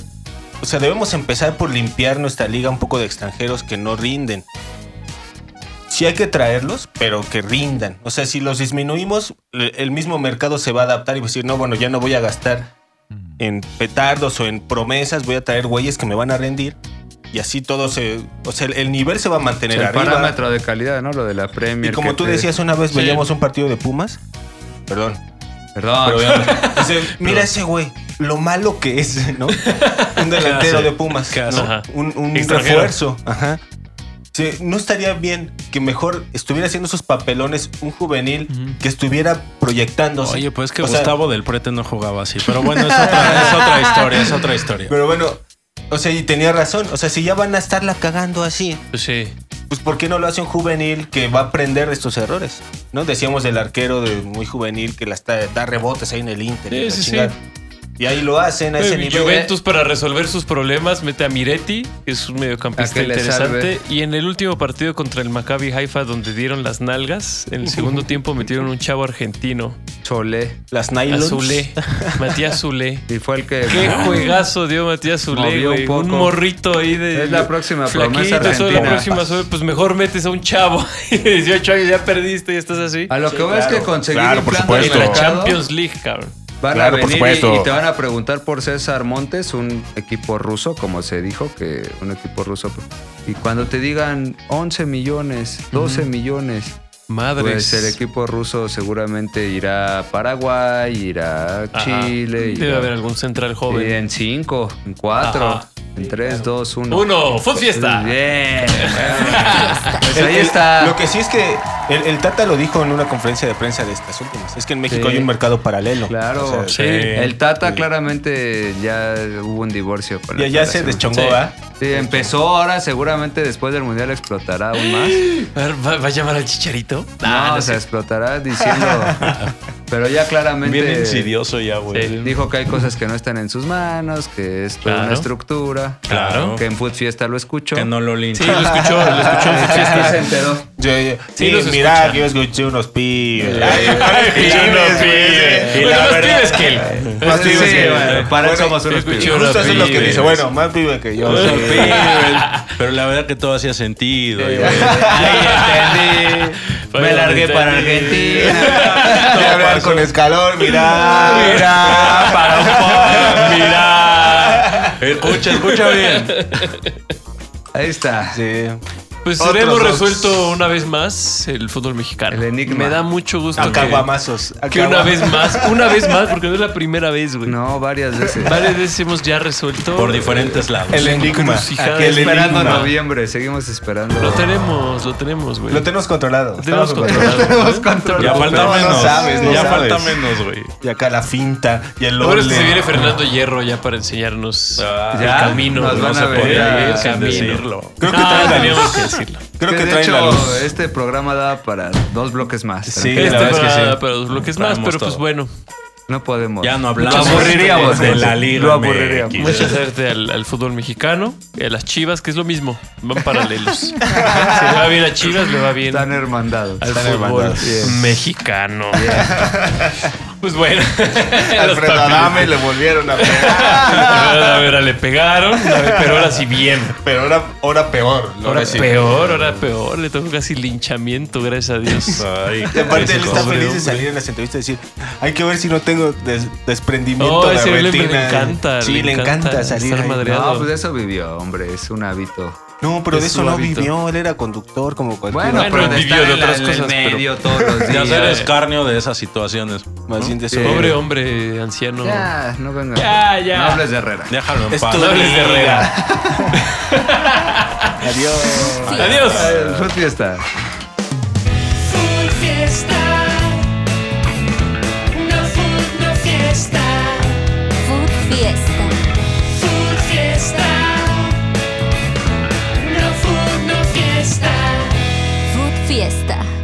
Speaker 6: o sea, debemos empezar por limpiar nuestra liga un poco de extranjeros que no rinden. Sí hay que traerlos, pero que rindan. O sea, si los disminuimos, le- el mismo mercado se va a adaptar y va a decir, no, bueno, ya no voy a gastar
Speaker 2: Mm.
Speaker 6: en petardos o en promesas, voy a traer güeyes que me van a rendir. Y así todo se... O sea, el, el nivel se va a mantener
Speaker 2: el
Speaker 6: arriba.
Speaker 2: parámetro de calidad, ¿no? Lo de la Premier.
Speaker 6: Y como
Speaker 2: que
Speaker 6: tú
Speaker 2: te-
Speaker 6: decías una vez,
Speaker 1: Sí.
Speaker 6: veíamos un partido de Pumas. Perdón,
Speaker 2: Perdón. (laughs)
Speaker 6: pero veamos. Dice, mira ese güey, lo malo que es, ¿no? Un delantero de Pumas.
Speaker 3: ¿Qué hace?
Speaker 6: ¿no?
Speaker 1: Ajá.
Speaker 6: Un, un
Speaker 1: Extranjero.
Speaker 6: refuerzo. Ajá. Sí, no estaría bien que mejor estuviera haciendo esos papelones un juvenil
Speaker 1: Ujú.
Speaker 6: que estuviera proyectándose.
Speaker 3: Oye, pues que
Speaker 6: O sea,
Speaker 3: Gustavo del Prete no jugaba así. Pero bueno,
Speaker 1: (laughs)
Speaker 3: es otra, es otra historia, es otra historia.
Speaker 6: Pero bueno, o sea, y tenía razón. O sea, si ya van a estarla cagando así,
Speaker 1: Sí.
Speaker 6: pues ¿por qué no lo hace un juvenil que va a aprender de estos errores? ¿No? Decíamos del arquero de muy juvenil que la está, da rebotes ahí en el Inter. y
Speaker 1: Sí,
Speaker 6: la
Speaker 1: sí, sí.
Speaker 6: chingada. Y ahí lo hacen a ese
Speaker 1: Eh,
Speaker 6: nivel.
Speaker 1: Juventus para resolver sus problemas mete a Miretti, que es un
Speaker 2: A
Speaker 1: mediocampista
Speaker 2: que le
Speaker 1: interesante.
Speaker 2: salve.
Speaker 1: Y en el último partido contra el Maccabi Haifa, donde dieron las nalgas, en el
Speaker 2: (laughs)
Speaker 1: segundo tiempo metieron un chavo argentino,
Speaker 2: Chole.
Speaker 6: Las
Speaker 2: (laughs)
Speaker 6: nylons.
Speaker 1: Azulé, Matías Zulé.
Speaker 2: Y fue el que.
Speaker 1: Qué juegazo dio Matías Zulé,
Speaker 2: Movió un
Speaker 1: güey. Un,
Speaker 2: poco.
Speaker 1: morrito ahí de.
Speaker 2: Es la próxima
Speaker 1: flaquito,
Speaker 2: promesa
Speaker 1: eso de
Speaker 2: argentina.
Speaker 1: La próxima, sube, pues mejor metes a un chavo. (laughs) 18 años ya perdiste y estás así.
Speaker 2: A lo que voy es que conseguir
Speaker 7: claro,
Speaker 2: un
Speaker 7: por
Speaker 2: plan de
Speaker 1: En
Speaker 7: supuesto.
Speaker 1: la
Speaker 2: mercado,
Speaker 1: Champions League, cabrón.
Speaker 2: Van
Speaker 7: Claro,
Speaker 2: a
Speaker 7: por
Speaker 2: venir
Speaker 7: supuesto.
Speaker 2: Y, y te van a preguntar por César Montes, un equipo ruso, como se dijo, que un equipo ruso. Y cuando te digan 11 millones, 12 millones,
Speaker 1: Madres.
Speaker 2: pues el equipo ruso seguramente irá a Paraguay, irá a
Speaker 1: Ajá.
Speaker 2: Chile.
Speaker 1: Debe
Speaker 2: irá-
Speaker 1: haber algún central
Speaker 2: y
Speaker 1: joven.
Speaker 2: en 5, en 4,
Speaker 1: Ajá.
Speaker 2: en 3, 2, 1.
Speaker 1: Uno, fue fiesta.
Speaker 2: Bien. Pues
Speaker 6: El-
Speaker 2: ahí
Speaker 6: el-
Speaker 2: está.
Speaker 6: Lo que sí es que el, el Tata lo dijo en una conferencia de prensa de estas últimas. Es que en México
Speaker 2: Sí.
Speaker 6: hay un mercado paralelo.
Speaker 2: Claro.
Speaker 6: O sea,
Speaker 1: Sí.
Speaker 2: El Tata claramente ya hubo un divorcio con
Speaker 6: Ya,
Speaker 2: la
Speaker 6: ya se
Speaker 2: federación.
Speaker 6: deschongó,
Speaker 1: Sí.
Speaker 6: ¿ah?
Speaker 2: Sí, empezó ahora, seguramente después del Mundial explotará aún más.
Speaker 1: A ver, ¿va, va a llamar al chicharito? Ah,
Speaker 2: No, o sea, explotará diciendo. Pero ya
Speaker 3: Bien
Speaker 2: claramente
Speaker 3: insidioso ya, güey.
Speaker 1: Sí.
Speaker 2: dijo que hay cosas que no están en sus manos, que es toda
Speaker 1: Claro.
Speaker 2: una estructura.
Speaker 3: Claro.
Speaker 2: Que en Food Fiesta lo escuchó.
Speaker 3: Que no lo
Speaker 1: Sí,
Speaker 3: linche. (laughs)
Speaker 1: lo escuchó, lo escuchó.
Speaker 2: Ah,
Speaker 1: en su
Speaker 2: sí
Speaker 1: fiesta.
Speaker 2: se enteró.
Speaker 6: (laughs) Yo Sí,
Speaker 1: Sí, los
Speaker 6: mira,
Speaker 1: escucha.
Speaker 6: que yo escuché unos pibes.
Speaker 1: Escuché unos pibes. Bueno, más pibes que él.
Speaker 2: Más pibes
Speaker 1: Sí,
Speaker 2: que él.
Speaker 1: bueno,
Speaker 2: Para él
Speaker 1: bueno,
Speaker 2: somos unos
Speaker 1: escuché
Speaker 2: pibes.
Speaker 1: unos
Speaker 6: Justo eso es lo que
Speaker 1: pibes.
Speaker 6: dice. Bueno, más pibe que yo.
Speaker 3: Unos
Speaker 6: Sí. (laughs)
Speaker 3: pibes. Pero la verdad que todo hacía sentido. y bueno,
Speaker 2: Ahí entendí. Me largué para Argentina.
Speaker 6: Voy a hablar con escalón, mira.
Speaker 2: Mira, para un poco.
Speaker 1: Mira.
Speaker 3: Escucha, escucha bien.
Speaker 2: Ahí está.
Speaker 6: Sí.
Speaker 1: Pues
Speaker 6: Otros
Speaker 1: hemos
Speaker 6: dos.
Speaker 1: resuelto una vez más el fútbol mexicano.
Speaker 2: El enigma.
Speaker 1: Me da mucho gusto
Speaker 6: A
Speaker 1: que,
Speaker 6: caguamazos. a
Speaker 1: que una
Speaker 6: caguamazos.
Speaker 1: vez más,
Speaker 2: (laughs)
Speaker 1: una vez más, porque no es la primera vez, güey.
Speaker 2: No, varias veces.
Speaker 1: Varias veces hemos ya resuelto.
Speaker 3: Por diferentes lados.
Speaker 6: El enigma.
Speaker 1: Encrucijada.
Speaker 6: Aquí el
Speaker 2: esperando
Speaker 6: enigma.
Speaker 2: noviembre, seguimos esperando.
Speaker 1: Lo tenemos, lo tenemos, güey.
Speaker 6: Lo tenemos controlado.
Speaker 1: Lo tenemos
Speaker 6: Estamos
Speaker 1: controlado.
Speaker 2: tenemos
Speaker 1: ¿no?
Speaker 2: controlado.
Speaker 3: Ya falta
Speaker 6: No, no
Speaker 3: menos.
Speaker 6: sabes, no
Speaker 3: ya
Speaker 6: sabes.
Speaker 3: falta menos, güey.
Speaker 6: Y acá la finta y el
Speaker 1: Lo bueno es que se viene
Speaker 6: ole.
Speaker 1: Fernando Hierro ya para enseñarnos
Speaker 3: Ah,
Speaker 1: el camino.
Speaker 2: nos
Speaker 1: no
Speaker 2: van
Speaker 1: se
Speaker 2: a
Speaker 1: podía
Speaker 2: ver
Speaker 1: ir,
Speaker 2: sin
Speaker 1: camino.
Speaker 3: decirlo.
Speaker 6: Creo que
Speaker 1: No,
Speaker 6: trae la
Speaker 1: teníamos que
Speaker 6: luz.
Speaker 1: decirlo.
Speaker 6: Creo
Speaker 2: Que,
Speaker 6: que
Speaker 2: de
Speaker 6: trae la
Speaker 2: hecho,
Speaker 6: luz.
Speaker 1: eh,
Speaker 2: este programa da para dos bloques más.
Speaker 6: Sí.
Speaker 1: Este
Speaker 2: tranquilo.
Speaker 6: la verdad es que
Speaker 1: para,
Speaker 6: sí.
Speaker 1: para los bloques más,
Speaker 3: Traemos
Speaker 1: pero pues
Speaker 3: todo.
Speaker 1: bueno.
Speaker 2: No podemos.
Speaker 3: Ya no hablamos
Speaker 2: Lo aburriríamos.
Speaker 3: de la
Speaker 2: Monse.
Speaker 3: Liga
Speaker 2: Lo aburriríamos.
Speaker 3: MX.
Speaker 1: Mucha suerte al, al fútbol mexicano, y a las Chivas, que es lo mismo, van paralelos. Si le va bien a Chivas, le va bien
Speaker 2: Están hermandados.
Speaker 1: al
Speaker 6: están
Speaker 1: fútbol
Speaker 6: hermanados.
Speaker 2: Bien.
Speaker 1: mexicano. Pues bueno, (laughs) los
Speaker 6: Alfredo
Speaker 1: papitos.
Speaker 6: Adame le volvieron a pegar.
Speaker 1: A ver, le pegaron, a ver, pero ahora sí bien.
Speaker 6: Pero ahora, ahora peor.
Speaker 1: Ahora
Speaker 6: sí.
Speaker 1: peor, ahora peor. Le tocó casi linchamiento, gracias a Dios.
Speaker 3: Ay,
Speaker 6: Y aparte él está
Speaker 3: pobre
Speaker 6: feliz de
Speaker 3: hombre.
Speaker 6: salir en las entrevistas y decir, hay que ver si no tengo des- desprendimiento
Speaker 1: No,
Speaker 6: de
Speaker 1: Oh, ese hombre le
Speaker 6: retina.
Speaker 1: encanta,
Speaker 6: Sí,
Speaker 1: le
Speaker 6: le,
Speaker 1: encanta
Speaker 6: encanta, salir
Speaker 1: estar
Speaker 6: ahí.
Speaker 1: madreado.
Speaker 2: No, pues de eso vivió, hombre. Es un hábito.
Speaker 6: No, pero
Speaker 1: Es
Speaker 6: de eso
Speaker 1: su
Speaker 6: no
Speaker 1: hábito.
Speaker 6: vivió, él era conductor como cualquier
Speaker 2: Bueno,
Speaker 1: Bueno,
Speaker 2: pero de
Speaker 1: vivió
Speaker 2: estar
Speaker 1: de
Speaker 2: en, la-
Speaker 1: otras
Speaker 2: en el
Speaker 1: cosas, pero- (laughs)
Speaker 2: medio todos los
Speaker 3: De
Speaker 2: días.
Speaker 3: hacer escarnio de esas situaciones.
Speaker 6: más bien de su
Speaker 1: Pobre hombre anciano.
Speaker 2: Ya, no vengas.
Speaker 1: Ya, ya.
Speaker 2: No hables de Herrera.
Speaker 3: Déjalo en
Speaker 6: Es
Speaker 3: paz.
Speaker 6: tu
Speaker 1: No hables de
Speaker 6: vida.
Speaker 1: Herrera.
Speaker 6: Adiós.
Speaker 1: Adiós.
Speaker 2: El Food Fiesta.
Speaker 4: Full fiesta. No food, no fiesta.
Speaker 5: Food Fiesta.
Speaker 4: Full fiesta. No food, no fiesta.
Speaker 5: Food Fiesta.